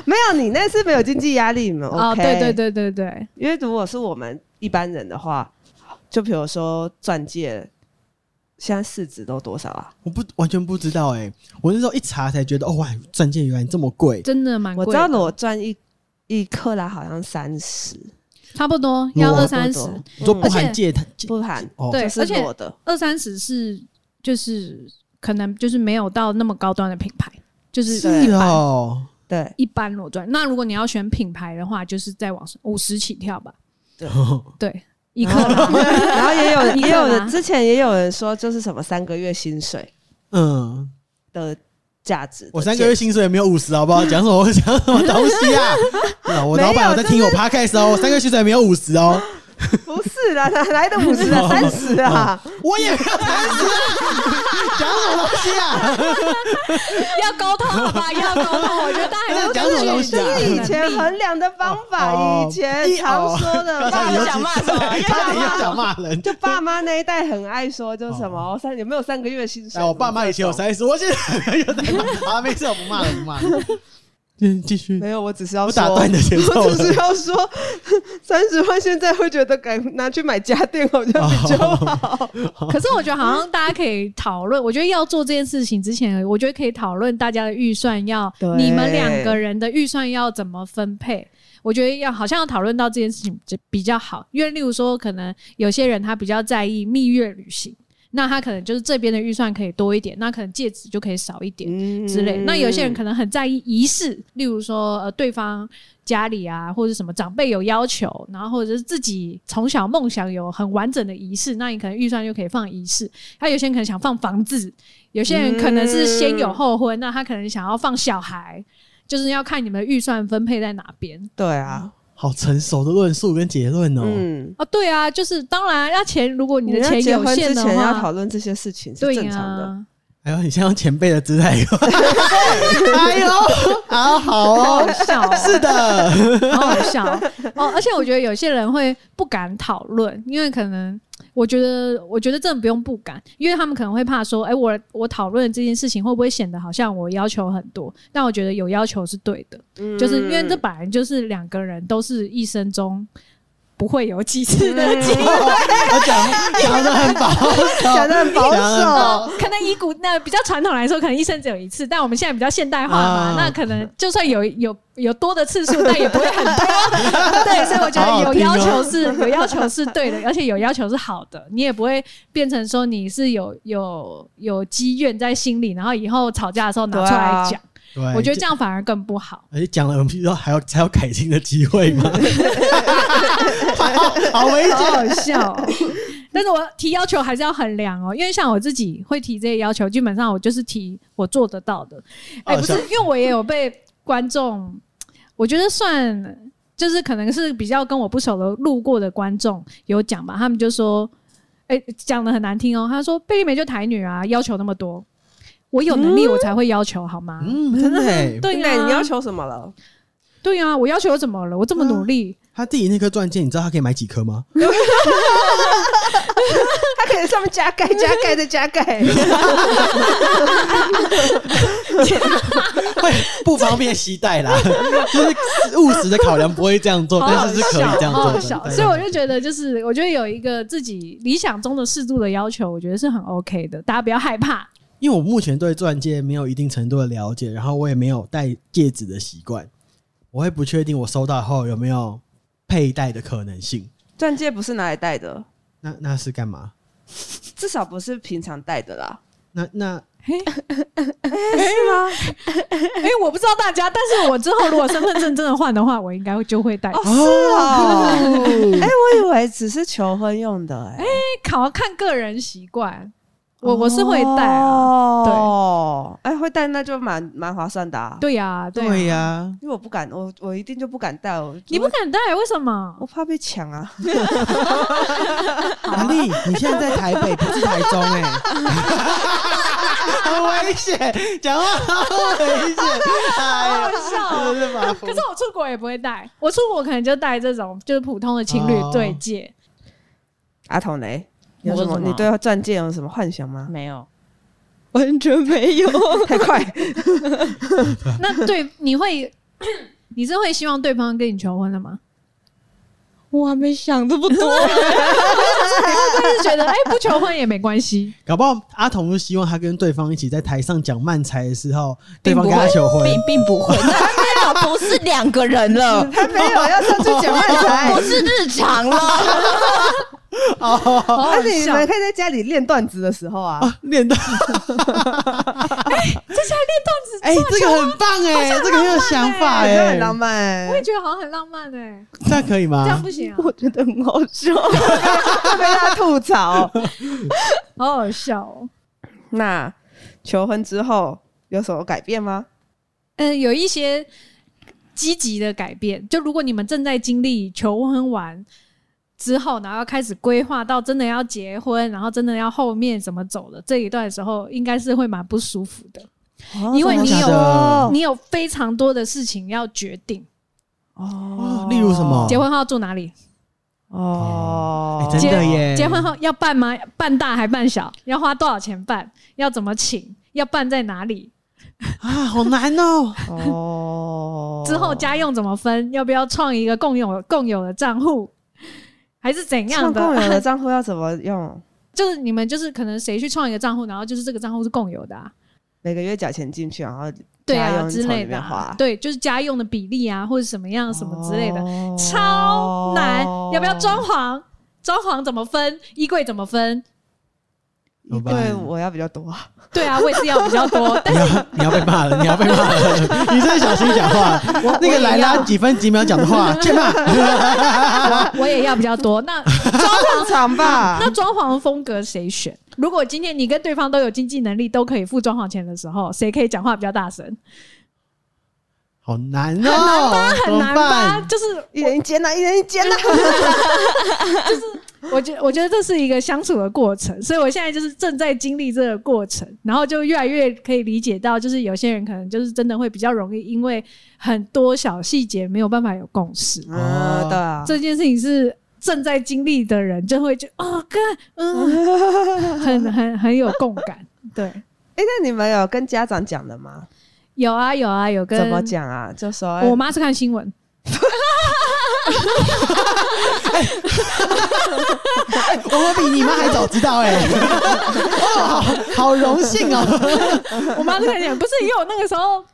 A: 没有你那是没有经济压力嘛？
B: 啊、
A: OK，
B: 对对对对对，
A: 因为如果是我们一般人的话，就比如说钻戒，现在市值都多少啊？
C: 我不完全不知道哎，我那时候一查才觉得，哦哇，钻戒原来这么贵，
B: 真的蛮贵
A: 我
B: 的，
A: 知道裸钻一一克拉好像三十，
B: 差不多要
A: 嗯
C: 裸
B: 二
C: 的
B: 三十
A: 多。多
C: 你说不
B: 而且
C: 含戒，它戒
A: 不含，
C: 哦
B: 对
A: 就是
B: 而且
A: 裸的。
B: 二三十是就是可能就是没有到那么高端的品牌，就是
A: 对
C: 是哦，
A: 对
B: 一般裸钻。那如果你要选品牌的话，就是再往五十起跳 吧。
A: 对
B: 对，一克拉。
A: 然后也有
B: 一克拉
A: 也有人之前也有人说，就是什么三个月薪水
C: 嗯，
A: 的价值的戒指。
C: 我三个月薪水也没有五十，好不好？讲什么讲什么东西啊？啊我老板有在听我 podcast 哦，我三个月薪水也没有五十哦，
A: 不是啦，哪来的五十啊，三十啊？
C: 我也没有三十啊，讲什么东西啊？
B: 要沟通了吧？要沟通，我觉得大家还
C: 讲什么东西啊
A: 这是以前衡量的方法，
C: 哦
A: 以前常说的
C: 差
A: 爸
C: 点又
A: 妈
C: 讲
D: 骂什么？
C: 差点要讲骂 人。
A: 就爸妈那一代很爱说，就是什么哦三有没有三个月薪水？
C: 哦哎，我爸妈以前有三十，我现在又在骂。啊，没事，我不骂了，不骂了。嗯，继续。
A: 没有，我只是要
C: 我
A: 说
C: 打断你的节 奏
A: 我只是
C: 了。
A: 要说，三十万现在会觉得敢拿去买家电，好像比较
C: 哦
A: 好。
B: 可是我觉得好像大家可以讨论，我觉得要做这件事情之前，我觉得可以讨论大家的预算要，
A: 对
B: 你们两个人的预算要怎么分配。我觉得要好像要讨论到这件事情就比较好，因为例如说，可能有些人他比较在意蜜月旅行，那他可能就是这边的预算可以多一点，那可能戒指就可以少一点。
A: 嗯
B: 之类。那有些人可能很在意仪式，例如说呃对方家里啊，或者什么长辈有要求，然后或者是自己从小梦想有很完整的仪式，那你可能预算就可以放仪式。他有些人可能想放房子，有些人可能是先
A: 嗯
B: 有后婚，那他可能想要放小孩。就是要看你们的预算分配在哪边
A: 对啊，
C: 好成熟的论述跟结论哦。
A: 嗯，
B: 啊？对啊，就是当然，要钱如果你的钱
A: 要结
B: 有
A: 婚
B: 限
A: 之
B: 的
A: 前要
B: 话
A: 讨，论这些事情是
B: 对
A: 正
B: 呀、
A: 常的。
C: 哎呦，你先用前辈的姿态。哎呦，好好
B: 好
C: 哦
B: 好，笑哦、
C: 是的。
B: 好好笑哦！而且我觉得有些人会不敢讨论，因为可能我觉得，我觉得真的不用不敢，因为他们可能会怕说，哎、我我讨论这件事情会不会显得好像我要求很多？但我觉得有要求是对的，
A: 嗯
B: 就是因为这本来就是两个人都是一生中不会有几次
A: 嗯
B: 的机会。
C: 我讲讲的很保守，
A: 讲得很保守
C: 讲得很
A: 哦
B: 可能以古那比较传统来说，可能一生只有一次，但我们现在比较现代化嘛，
C: 啊
B: 那可能就算有有有多的次数，但也不会很 多。对，所以我觉
C: 好
B: 得
C: 好
B: 有
C: 听
B: 要
C: 哦
B: 求是有要求是对 的，而且有要求是好的，你也不会变成说你是有有有积怨在心里，然后以后吵架的时候拿出来讲。
C: 对，
B: 我觉得这样反而更不好。
C: 而且讲了，我们之后还有还有改进的机会吗？好 好危险！
B: 好好笑、哦。 但是我提要求还是要衡量哦，因为像我自己会提这些要求，基本上我就是提我做得到的。哎、
C: 哦
B: 不是，
C: 像
B: 因为我也有被观众，我觉得算就是可能是比较跟我不熟的路过的观众有讲吧，他们就说，哎、讲的很难听哦，他说贝利梅就台女啊，要求那么多，我有能力我才会要求好吗？
C: 嗯，真的欸，
B: 对呀、
A: 那哎你要求什么了？
B: 对呀、我要求又怎么了？我这么
C: 嗯
B: 努力，
C: 他自己那颗钻戒，你知道他可以买几颗吗？
A: 它可以上面加盖、加盖再加 盖。
C: 会不方便携带 啦，就是务实的考量不会这样做，
B: 好好
C: 但是是可以这样
B: 好
C: 做
B: 好
C: 的。
B: 笑，
C: 对
B: 哦所以我就觉得，就是我觉得有一个自己理想中的适度的要求，我觉得是很 OK 的，大家不要害 怕。
C: 因为我目前对钻戒没有一定程度的了解，然后我也没有戴戒指的习惯，我会不确定我收到后有没有佩戴的可能性。
A: 钻戒不是拿来戴的，
C: 那那是干嘛？
A: 至少不是平常戴的啦，
C: 那那
A: 是吗？
B: 哎、我不知道大家，但是我之后如果身份证真的换的话，我应该就会带。哎、
A: 哦，是哦。
B: 啊
A: 哎，我以为只是求婚用的，哎，
B: 考看个人习惯，我、
C: 哦
B: 我是会带啊。
A: 哦，哎，会戴那就蛮蛮划算的啊。，
B: 对呀、对
C: 对呀、
A: 因为我不敢，我我一定就不敢戴，我
B: 你不敢带，为什么
A: 我？怕被抢啊。
C: 阿丽，你现在在台北，不是台中 哎、很危险，讲话好危险，哎
B: 好
C: 呀，
B: 笑哦、
C: 真的是麻烦
B: 可是我出国也不会带，我出国可能就带这种就是普通的情侣
C: 哦
B: 对戒。
A: 阿童雷，有什
D: 我
A: 么？
D: 什么
A: 你对钻戒有什么幻想 吗？
D: 没有，完全没有。
A: 太快，
B: 那对你会， 你是会希望对方跟你求婚的吗？
D: 我还没想这么 多，
B: 就是 觉得哎、不求婚也没关 系。
C: 搞不好阿童就希望他跟对方一起在台上讲慢才的时候，对
D: 并
C: 方
D: 不
C: 跟
D: 会
C: 他求婚，
D: 并并不会， 那没有，不是两个人了，
A: 他没有要上去讲漫 才
D: 不。是日常了。
B: 好好
A: 而且你
B: 笑
A: 们可以在家里练段子的时候啊，
C: 练到
B: 这下练段子，
C: 哎、这个很棒哎、这个很有想法
A: 真的
C: 哎、
A: 很浪漫哎
B: 我也。觉得好像很浪漫哎、
C: 这样可以
B: 这样
C: 吗？
B: 不行啊，
A: 我觉得很好笑，被他吐槽。
B: 好好笑哦。
A: 那求婚之后有什么改变吗？
B: 嗯，有一些积极的改变，就如果你们正在经历求婚完之后，然后要开始规划到真的要结婚，然后真的要后面怎么走的这一段的时候，应该是会蛮不舒服的。因为你
C: 哦真的
B: 有
C: 假的
B: 你有非常多的事情要决定，
A: 哦
C: 例如什么
B: 结婚后要住哪里？
A: 哦
C: 哎，真的耶！
B: 结婚后要办吗？办大还办小？要花多少钱办？要怎么请？要办在哪里？
C: 啊，好难哦、
A: 哦
B: 之后家用怎么分？要不要创一个共有共有的账户？还是怎样
A: 上共
B: 的？
A: 有的账户要怎么用？
B: 就是你们就是可能谁去创一个账户，然后就是这个账户是共有的、啊，
A: 每个月缴钱进去，然后
B: 对
A: 家
B: 啊
A: 用
B: 之
A: 从里
B: 类的
A: 面
B: 啊、
A: 花
B: 对，就是家用的比例啊，或者什么样什么之类的，
A: 哦
B: 超难。要不要装？潢？装潢怎么分？衣柜怎么分？
C: 怎么办
A: 对，我要比较多啊。
B: 对啊，我也是要比较多，但
C: 你要你要被骂了，你要被骂了，你真的小心讲话。那个莱拉几分几秒讲的话，欠骂。
B: 我我也要比较多。那
A: 正常
C: 啊
A: 吧？
B: 那装潢风格谁选？如果今天你跟对方都有经济能力，都可以付装潢钱的时候，谁可以讲话比较大声？
C: 好难哦、怎
B: 很
C: 么
B: 难吧？
C: 办？
B: 就是
A: 一人一间呐，一人一间呐。
B: 我觉我觉得这是一个相处的过程，所以我现在就是正在经历这个过程，然后就越来越可以理解到，就是有些人可能就是真的会比较容易因为很多小细节没有办法有共识，
A: 嗯，对啊，
B: 这件事情是。正在经历的人，就会就哦，干，嗯， 很很很有共感。对，
A: 哎、那你们有跟家长讲的吗？
B: 有啊有啊有跟
A: 怎么？讲啊？就说、哎
B: 我妈是看新闻，
C: 我我比你妈还早知道哎、哦，好好荣幸哦。
B: 我妈是看新闻， 不是因为我那个时候。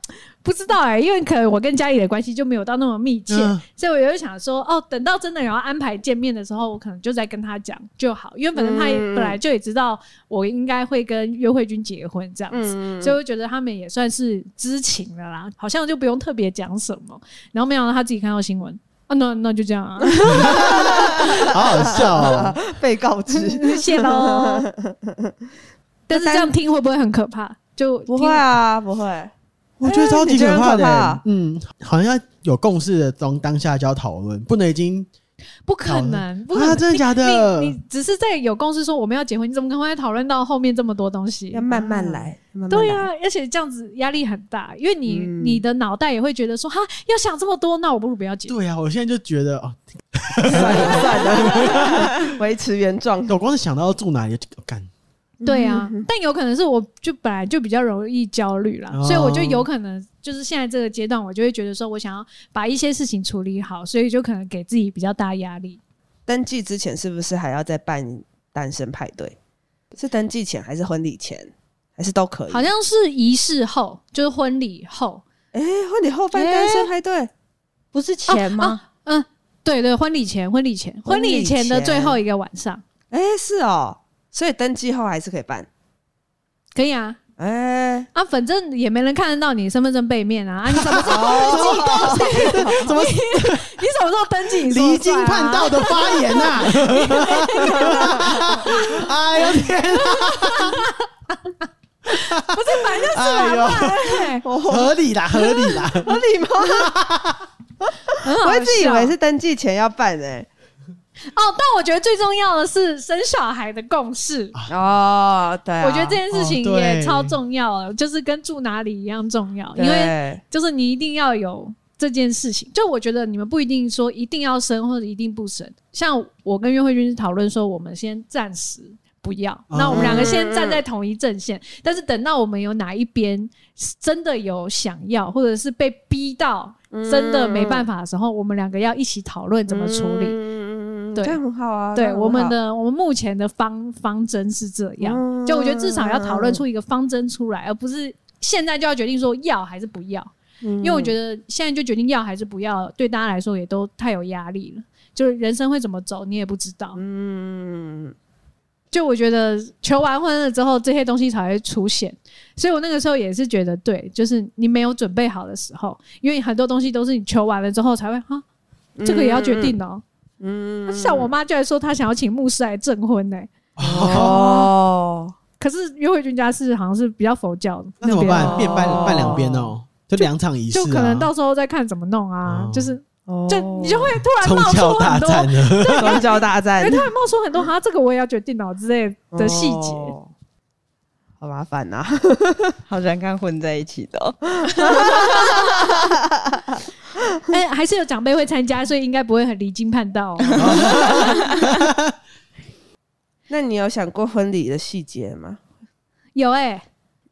B: 不知道哎、因为可能我跟家里的关系就没有到那么密切，
C: 嗯
B: 所以我就想说，哦，等到真的有要安排见面的时候，我可能就再跟他讲就好，因为反正他也
A: 嗯
B: 本来就也知道我应该会跟约会君结婚这样子，
A: 嗯，
B: 所以我觉得他们也算是知情了啦，好像就不用特别讲什么。然后没想到他自己看到新闻啊，那那就 这样啊，
C: 好好笑哦！
A: 被告 知
B: 谢 喽。但是这样听会不会很可怕？就
A: 不会啊，不会。
C: 我觉得超级
A: 你觉
C: 可怕
A: 得很可
C: 的、
A: 怕
C: 嗯，好像要有共识的当当下就要讨论，不能已
B: 听，
C: 经
B: 不可能，不可能，
C: 啊，真的假的？
B: 你你只是在有公司说我们要结婚，你怎么可能会讨论到后面这么多东西
A: 要？慢慢来，慢慢
B: 对
A: 来
B: 啊，而且这样子压力很大，因为你、
A: 嗯
B: 你的脑袋也会觉得说哈，要想这么多，那我不如不要结婚。
C: 对啊，我现在就觉得哦，
A: 算了算了， 维持原状。
C: 我光是想到要住哪里就哦干、
B: 对啊， 但有可能是我就本来就比较容易焦虑啦，
C: 嗯哦
B: 所以我就有可能就是现在这个阶段，我就会觉得说我想要把一些事情处理好，所以就可能给自己比较大压力。
A: 登记之前是不是还要再办单身派对？是登记前还是婚礼前，还是都可以？
B: 好像是仪式后，就是婚礼后，
A: 哎、婚礼后办单身派对，
D: 不是钱吗？
B: 嗯，对对，婚礼前，婚礼前，
A: 婚
B: 婚
A: 礼
B: 礼前的
A: 前
B: 最后一个晚上，
A: 哎、是哦，所以登记后还是可以办。
B: 可以啊。
A: 哎、
B: 啊，反正也没人看得到你身份证背面啊！啊，你怎么时候
A: 哦，
C: 怎 么
B: 你什么时候登记？你说
C: 离
B: 得出来
C: 经
B: 啊
C: 叛道的发言呐、 哎呦天啊！不是，反正是
A: 哎
B: 对，
C: 合理 啦，合理啦。
A: 合理吗？
B: 很好
A: 我一直以
B: 笑
A: 为是登记前要办哎、
B: 哦，但我觉得最重要的是生小孩的共识。
A: 哦，对啊、
B: 我觉得这件事情
C: 哦对
B: 也超重要了，就是跟住哪里一样重要，因为
A: 对
B: 就是你一定要有这件事情。就我觉得你们不一定说一定要生或者一定不生，像我跟岳慧君讨论说，我们先暂时不要，
C: 哦
B: 那我们两个先站在同一阵线，但是等到我们有哪一边是真的有想要，或者是被逼到真的没办法的时候，我们两个要一起讨论怎么处理。
A: 嗯
B: 对
A: 这样很好啊。这
B: 对
A: 样很
B: 我们
A: 好
B: 的我们目前的方方针是这样，
A: 嗯
B: 就我觉得至少要讨论出一个方针出来，而不是现在就要决定说要还是不要，
A: 嗯
B: 因为我觉得现在就决定要还是不要，对大家来说也都太有压力了。就是人生会怎么走，你也不知道。
A: 嗯，
B: 就我觉得求完婚了之后，这些东西才会出现。所以我那个时候也是觉得，对，就是你没有准备好的时候，因为很多东西都是你求完了之后才会啊，这个也要决定哦。
A: 嗯。嗯
B: 像我妈就来说，她想要请牧师来证婚呢、
A: 哦，
B: 可是约会君家是好像是比较佛教那
C: 那怎么
B: 边
C: 办？
B: 的，
C: 变办办两边哦，就两场仪式、啊，
B: 就可能到时候再看怎么弄啊
C: 哦。
B: 就是
A: 哦
B: 就你就会突然
C: 宗
B: 冒
C: 教
B: 出
C: 大
B: 很多，
C: 战了。
A: 宗教大战
B: 对，突然冒出很多啊哈，这个我也要决定哦之类 的细节。
A: 哦好麻烦啊呐、
D: 好想看混在一起的哦、
B: 哎，还是有长辈会参加，所以应该不会很离经叛道哦。
A: 那你有想过婚礼的细节吗？
B: 有哎。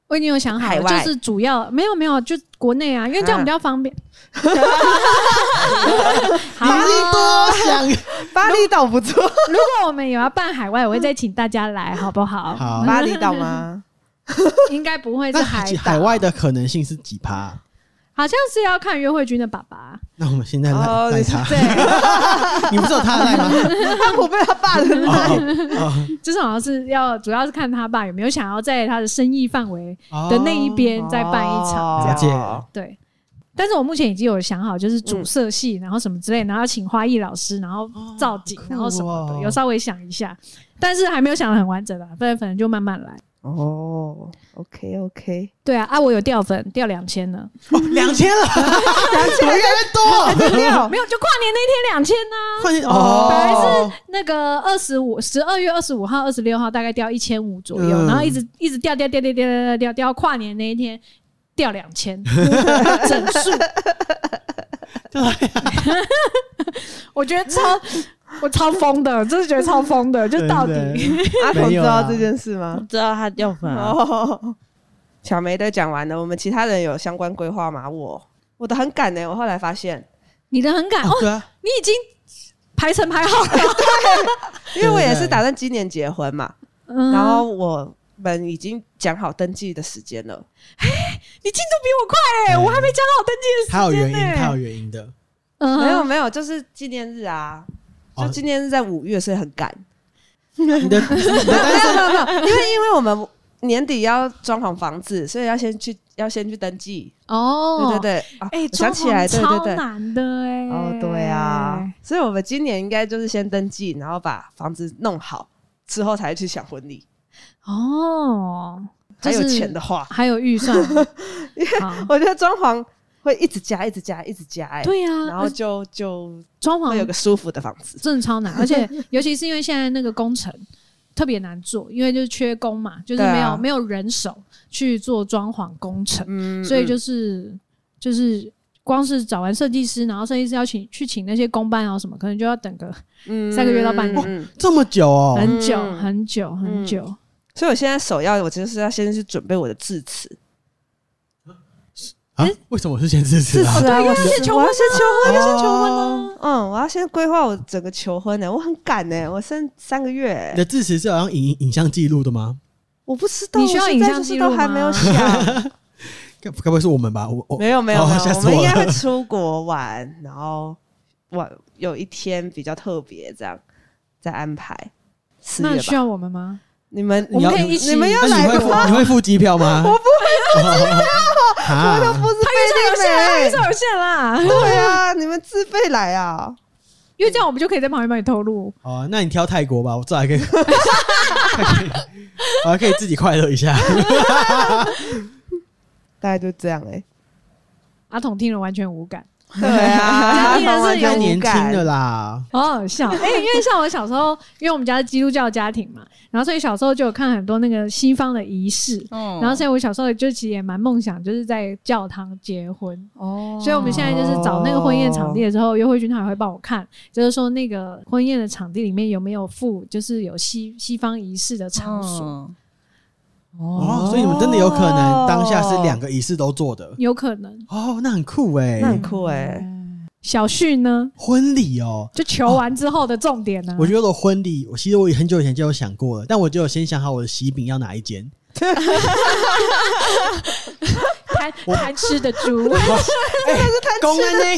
B: 我已经有想好
A: 海
B: 了，
A: 外
B: 就是主要没有没有，就国内啊，因为这样比较方便。 好，
C: 你是多想
A: 巴厘岛不 错，
B: 如果我们有要办海外，我会再请大家来，好不好？
C: 好
A: 巴厘岛吗？
B: 应该不会是
C: 那
B: 海岛
C: 海外的可能性是几趴、
B: 好像是要看约会君的爸爸，
C: 那我们现在
A: 哦
C: 来来
A: 你是
C: 他，
B: 对，
C: 你不是有他来吗？
A: 他不被他爸人
C: 哦
B: 就是好像是要主要是看他爸有没有想要在他的生意范围
C: 哦
B: 的那一边再办一场，
C: 了解
B: 对。但是我目前已经有想好，就是主色系，然后什么之类，然后请花艺老师，然后造景，
C: 嗯哦
B: 然后什么
C: 酷
B: 的，
C: 哦
B: 有稍微想一下，但是还没有想的很完整啊，不然反正就慢慢来。
A: 哦，OK OK，
B: 对啊，啊，我有掉粉，掉两千 了，
C: 哦，两千了，两千越来越多，
B: 没有，就跨年那天两千呢。
C: 快点哦，
B: 本来是那个二十五，十二月二十五号、二十六号大概掉一千五左右，
C: 嗯
B: 然后一直一直掉掉掉掉掉掉掉掉，掉到跨年那一天掉两千整数。 我觉得超我超疯的，真是觉得超疯的，就是到
C: 真
B: 底
C: 的
A: 阿
C: 没
A: 童知
C: 有啊
A: 道这件事吗？
D: 知道他要反、啊，
A: 哦，小梅的讲完了，我们其他人有相关规划吗？我我的很赶呢、我后来发现，
B: 你的很赶哦，
C: 对啊，
B: 你已经排程排好了，
A: 因为我也是打算今年结婚嘛，
B: 嗯
A: 然后我们已经讲好登记的时间了。
B: 你进度比我快哎、
C: 对
B: 我还没讲好登记的时间、欸。
C: 他有原因，他有原因的。
B: 嗯
A: 没有没有，就是纪念日啊，就
C: 哦
A: 纪念日在五月，所以很赶。
C: 你的
A: 没有没有没有，因为因为我们年底要装潢房子，所以要先去要先去登记。
B: 哦，
A: 对对对，啊
B: 哎、
A: 我想起来，对
B: 装潢
A: 对对。
B: 超难的哎、
A: 哦，对啊，，所以我们今年应该就是先登记，然后把房子弄好，之后才去想婚礼。
B: 哦，
A: 还有
B: 就是
A: 钱的话，
B: 还有预算，好
A: 我觉得装潢会一直加，一直加，一直加、哎，
B: 对呀、
A: 然
B: 而
A: 后
B: 且
A: 就就
B: 装
A: 会有
B: 潢
A: 个舒服的房子。
B: 真的 超难，而且尤其是因为现在那个工程特别难做，因为就是缺工嘛，就是
A: 对啊
B: 没有、没有人手去做装潢工程，
A: 嗯
B: 所以就是是就是光是找完设计师，然后设计师要请去请那些工班啊什么，可能就要等个
A: 嗯
B: 三个月到半年
A: 年。
C: 这么 久哦，
B: 很久、
A: 嗯
B: 很久很久。
A: 所以我现在首要，我就是要先去准备我的致辞。
C: 啊？为什么我是先支持
A: 致
C: 啊？
A: 辞啊，我
B: 要先求
A: 我
B: 婚
A: 要先求婚，要先求婚
C: 哦
A: 啊！嗯，我要先规划我整个求婚呢、我很赶呢、我剩三个月、
C: 你的支持是好像影影像记录的吗？
A: 我不知道，
B: 你需要
A: 我现在
B: 影像
A: 就是
B: 记录
A: 都还没有
B: 吗
A: 想，
C: 该该不会是我们吧？我我
A: 没有没有
C: 哦
A: 没有，
C: 吓
A: 我
C: 死
A: 们应
C: 我
A: 该
C: 了
A: 会出国玩，然后玩有一天比较特别，这样再安排。四
B: 那
A: 月
B: 需
A: 吧，
B: 要我们吗？
A: 你们
B: 我
C: 你要
B: 们可以一起。
A: 你们要
C: 那你
A: 来
C: 会
A: 个
C: 付你会付机票吗？我不会付 机票，我都
A: 不是
B: 预 算有限啦，预
A: 贝
B: 算有限啦，
A: 对啊，你们自费来啊！
B: 因为这样我们就可以在旁边帮你透露。
C: 好啊，那你挑泰国吧，我这还可以， 还可以我还可以自己快乐一下。
A: 大概就这样哎、
B: 阿童听了完全无感，
A: 对 啊，
B: 这样听
C: 太
B: 着是有
C: 年
A: 无
C: 轻
A: 感
C: 了啦，
B: 好好 笑。哎、因为像我小时候，因为我们家是基督教家庭嘛，然后所以小时候就有看很多那个西方的仪式，
D: 嗯
C: 哦
B: 然后所以我小时候就其实也蛮梦想，就是在教堂结婚。
D: 哦
B: 所以我们现在就是找那个婚宴场地的时候，约会君他也会帮我看，就是说那个婚宴的场地里面有没有附，就是有西西方仪式的场所，
D: 嗯
C: 哦，所以你们真的有可能当下是两个仪式都做的，
B: 有可能。
C: 哦，那很酷哎、
A: 那很酷
B: 嗯
A: 哎、
B: 小旭呢，
C: 婚礼哦，
B: 就求完之后的重点呢、
C: 我觉得我婚礼，我其实我很久以前就有想过了，但我就有先想好我的喜饼要哪 一间，
B: 贪贪吃的 猪，
C: 哎公安呢？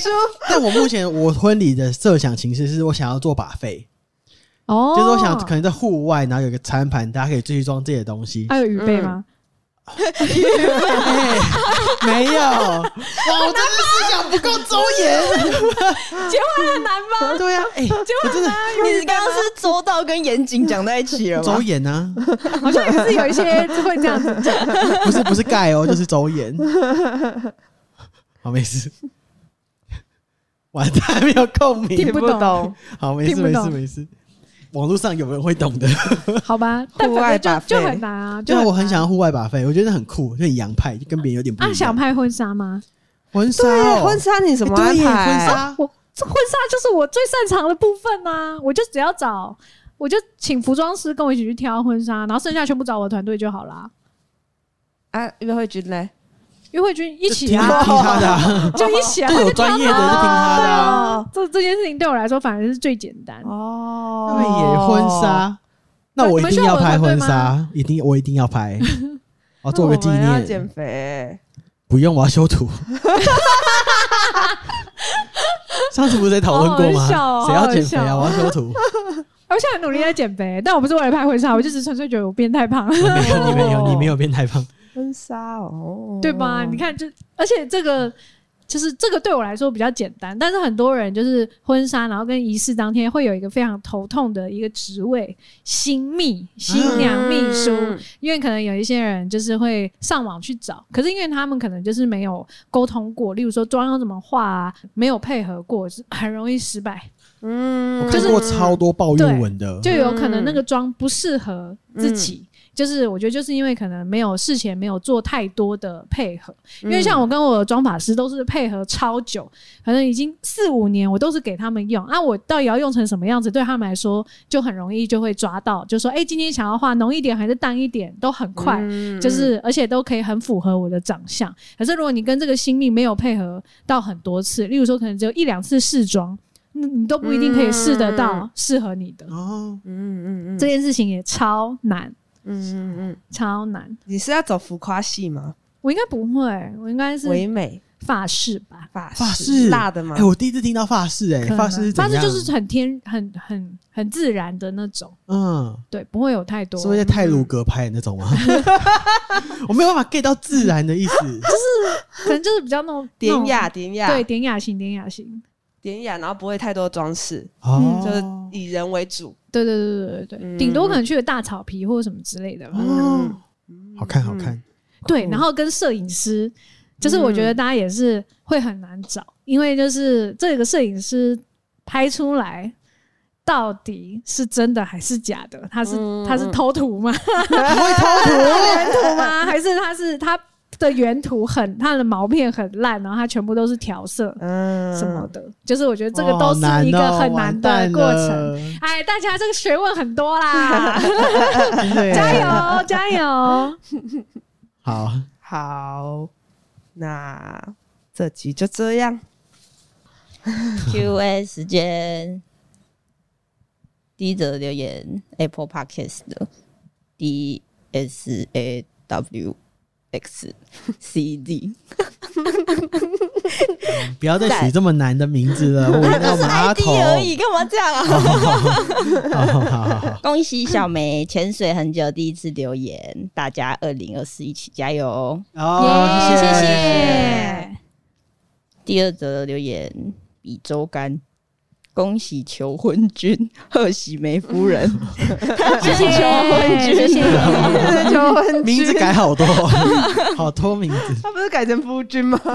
C: 但我目前我婚礼的设想形式是我想要做把费，
B: 哦，
C: 就是我想可能在户外，然后有一个餐盘，大家可以自己装自己的东西。
B: 还有预备吗？
C: 哎 没有，哇我真的思想不够周延。
B: 结婚很难吗？
C: 对啊，哎，我真的
D: 你刚刚是周到跟严谨讲在一起了
C: 周
D: 吗？
C: 延啊，
B: 好像也是有一些会这样 子讲。
C: 不是不是盖哦，就是周延。好，没事。完蛋，没有共鸣。
B: 听不懂
A: 懂，
C: 好，没事
B: 听不
C: 没事
B: 懂啊
C: 没事。网络上有人会懂的，
B: 好吧，但
A: 户外
B: 反正
A: 把
B: 就就
A: 费
B: 很难啊，很
C: 就是
B: 难
C: 我很想要户外把费，我觉得很酷，就很洋派，就跟别人有点不一
B: 啊，
C: 样。
B: 想拍婚纱吗？
C: 婚纱
A: 对
C: 哦，
A: 啊，婚纱你怎么
C: 哎
A: 安
C: 对耶
A: 排？
C: 婚纱
B: 我这婚纱就是我最擅长的部分呐、我就只要找，我就请服装师跟我一起去挑婚纱，然后剩下全部找我团队就好啦。
A: 啊，约会君嘞？
B: 约会君一起
C: 听他
B: 啊，
C: 听他 的啊，
B: 就一起啊，
C: 这有专业的是听他的啊。
A: 哦
B: 这这件事情对我来说反而是最简单。
A: 哦，
C: 对耶，婚纱，哦那我一定要拍婚
B: 你们需要我
C: 纱，一定我一定要 拍，我要做个纪
A: 那我们要减
C: 念。
A: 肥欸、
C: 不用，我要修 图。上次不是在讨论过
B: 好
C: 吗？
B: 好笑哦
C: 谁要减肥啊？
B: 好
C: 我
B: 好
C: 要修 图。
B: 我现在很努力在减肥，但我不是为了拍婚纱，我就只是纯粹觉得我变太胖了。
C: 没有，你没有，你没有变太胖。
A: 婚纱哦，
B: 对吧？你看，就而且这个就是这个对我来说比较简单，但是很多人就是婚纱，然后跟仪式当天会有一个非常头痛的一个职位——新密、新娘秘书，
A: 嗯
B: 因为可能有一些人就是会上网去找，可是因为他们可能就是没有沟通过，例如说妆要怎么画、啊，没有配合过，是很容易失败，
A: 嗯
C: 我看过超多抱怨文的，
B: 就有可能那个妆不适合自己。就是我觉得就是因为可能没有事前没有做太多的配合，因为像我跟我的妆发师都是配合超久，可能已经四五年，我都是给他们用。啊，我到底要用成什么样子，对他们来说就很容易就会抓到，就说哎、诶今天想要画浓一点还是淡一点，都很快，
A: 嗯
B: 就是而且都可以很符合我的长相。可是如果你跟这个新命没有配合到很多次，例如说可能只有一两次试妆，你你都不一定可以试得到适合你的。
C: 哦，
A: 嗯嗯嗯
B: 这件事情也超难，
A: 嗯嗯，
B: 超难。
A: 你是要走浮夸系吗？
B: 我应该不会，我应该是
A: 唯美
B: 发饰吧？
A: 发
C: 发饰
A: 辣的吗
C: 哎，？我第一次听到发饰，哎
B: 可，能
C: 发饰是怎
B: 发
C: 样？
B: 饰就是很天很很很自然的那种，
C: 嗯，
B: 对，不会有太多
C: 是不是泰鲁格拍的那 种吗？我没有办法 get 到自然的意 思，
B: 可能就是比较那种
A: 典，雅典
B: 那
A: 雅
B: 种对，典雅型，典雅型，
A: 典雅，然后不会太多装饰，
C: 哦，
A: 就是以人为主。
B: 对对对对对对，
A: 嗯
B: 顶、多可能去个大草皮或者什么之类的吧。
C: 哦，好看，好看，
B: 对，
A: 酷
B: 然后跟摄影师，就是我
A: 嗯
B: 觉得大家也是会很难找，因为就是这个摄影师拍出来到底是真的还是假的？他是、
A: 嗯
B: 他是偷图吗？
C: 不会偷
B: 原图 吗？还是他是他的原图很他的毛片很烂，然后他全部都是调色
A: 嗯
B: 什么的？就是我觉得
C: 图，
B: 这个都是一个很哦难的过程。
C: 程，
B: 哎，大家这个学问很多 啦，加
C: 加！
B: 油加油！
C: 好，
A: 好，那这集就这样。
D: Q A 时间，第一则留言 Apple Podcast 的 D S A W X C D，
C: 不要再取这么难的名字了，我们要我们阿
D: D
C: 头，
D: 而已，干嘛这样啊？
C: 好好好好好好，
D: 恭喜小梅潜水很久第一次留言，大家二零二四一起加油哦！
C: 哦，
B: 耶
C: 谢
B: 谢
C: 谢。
B: 谢。
D: 第二则留言比周干。恭喜求婚君，贺喜梅 夫人，
B: 谢谢
D: 求婚君
B: 谢谢。
A: 求婚
C: 名字
A: 君，
C: 改好多，好多名字。
A: 他不是改成夫君吗？
B: 好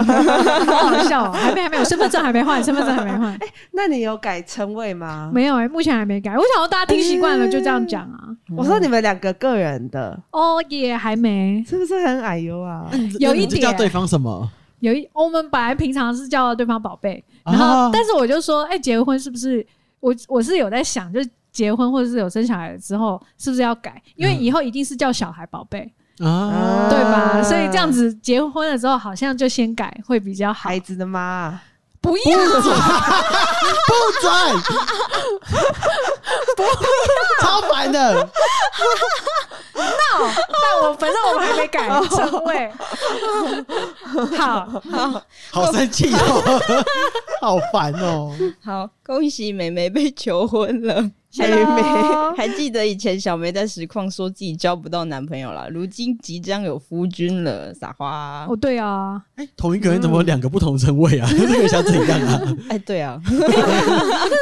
B: 好笑哦，还 没还没有身份证还没换，身份证还没换，
A: 那你有改称谓吗？
B: 没有哎，目前还没改。我想说大家听习惯了就这样讲啊。
A: 我说你们两个个人的，
B: 哦耶，还没
A: 是不是很矮油啊？
B: 有一
C: 那你就叫
B: 点
C: 对方什么？
B: 有一我们本来平常是叫对方宝贝，然后、
C: 啊
B: 但是我就说，哎、结婚是不是我我是有在想，就是结婚或者是有生小孩之后，是不是要改？因为
C: 嗯
B: 以后一定是叫小孩宝贝，
C: 啊，
B: 嗯对吧？
A: 啊
B: 所以这样子结婚了之后，好像就先改会比较好
A: 孩。子的妈，
B: 不要，
C: 不准，不超烦的。
B: 但我反正我们还没
A: 哦
B: 改称谓。 好，
C: 好生气哦，好烦哦。
D: 好，恭喜美梅被求婚了。
B: 谢
A: 美美
B: 喽
D: 还记得以前小梅在实况说自己交不到男朋友啦，如今即将有夫君了，撒花
B: 哦，。对啊，
C: 哎，同一个人怎么有两个不同 称谓啊？这个想怎样啊？
D: 哎，对啊，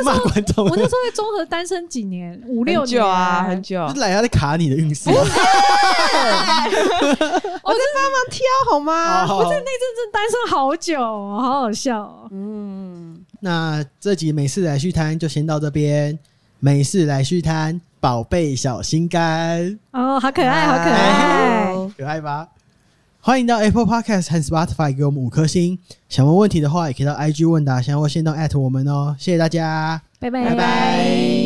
C: 骂观众啊
B: 我，那时候在综合单身几年，五六
A: 很
B: 年
A: 久啊，很久。
C: 是懒牙在卡你的运势啊。
A: 我在帮忙挑好
B: 啊
A: 吗？
B: 哦
C: 好好
B: 真的单身好久、哦，好好笑、哦。
A: 嗯，
C: 那这集美式来续摊就先到这边，美式来续摊，宝贝小心肝，
B: 哦，好可爱，好
A: 哎
B: 可爱。
A: 好
C: 可爱吧？欢迎到 Apple Podcast 和 Spotify 给我们五颗星。想问问题的话，也可以到 IG 问答箱或线动 at 我们哦。谢谢大家，
B: 拜
C: 拜拜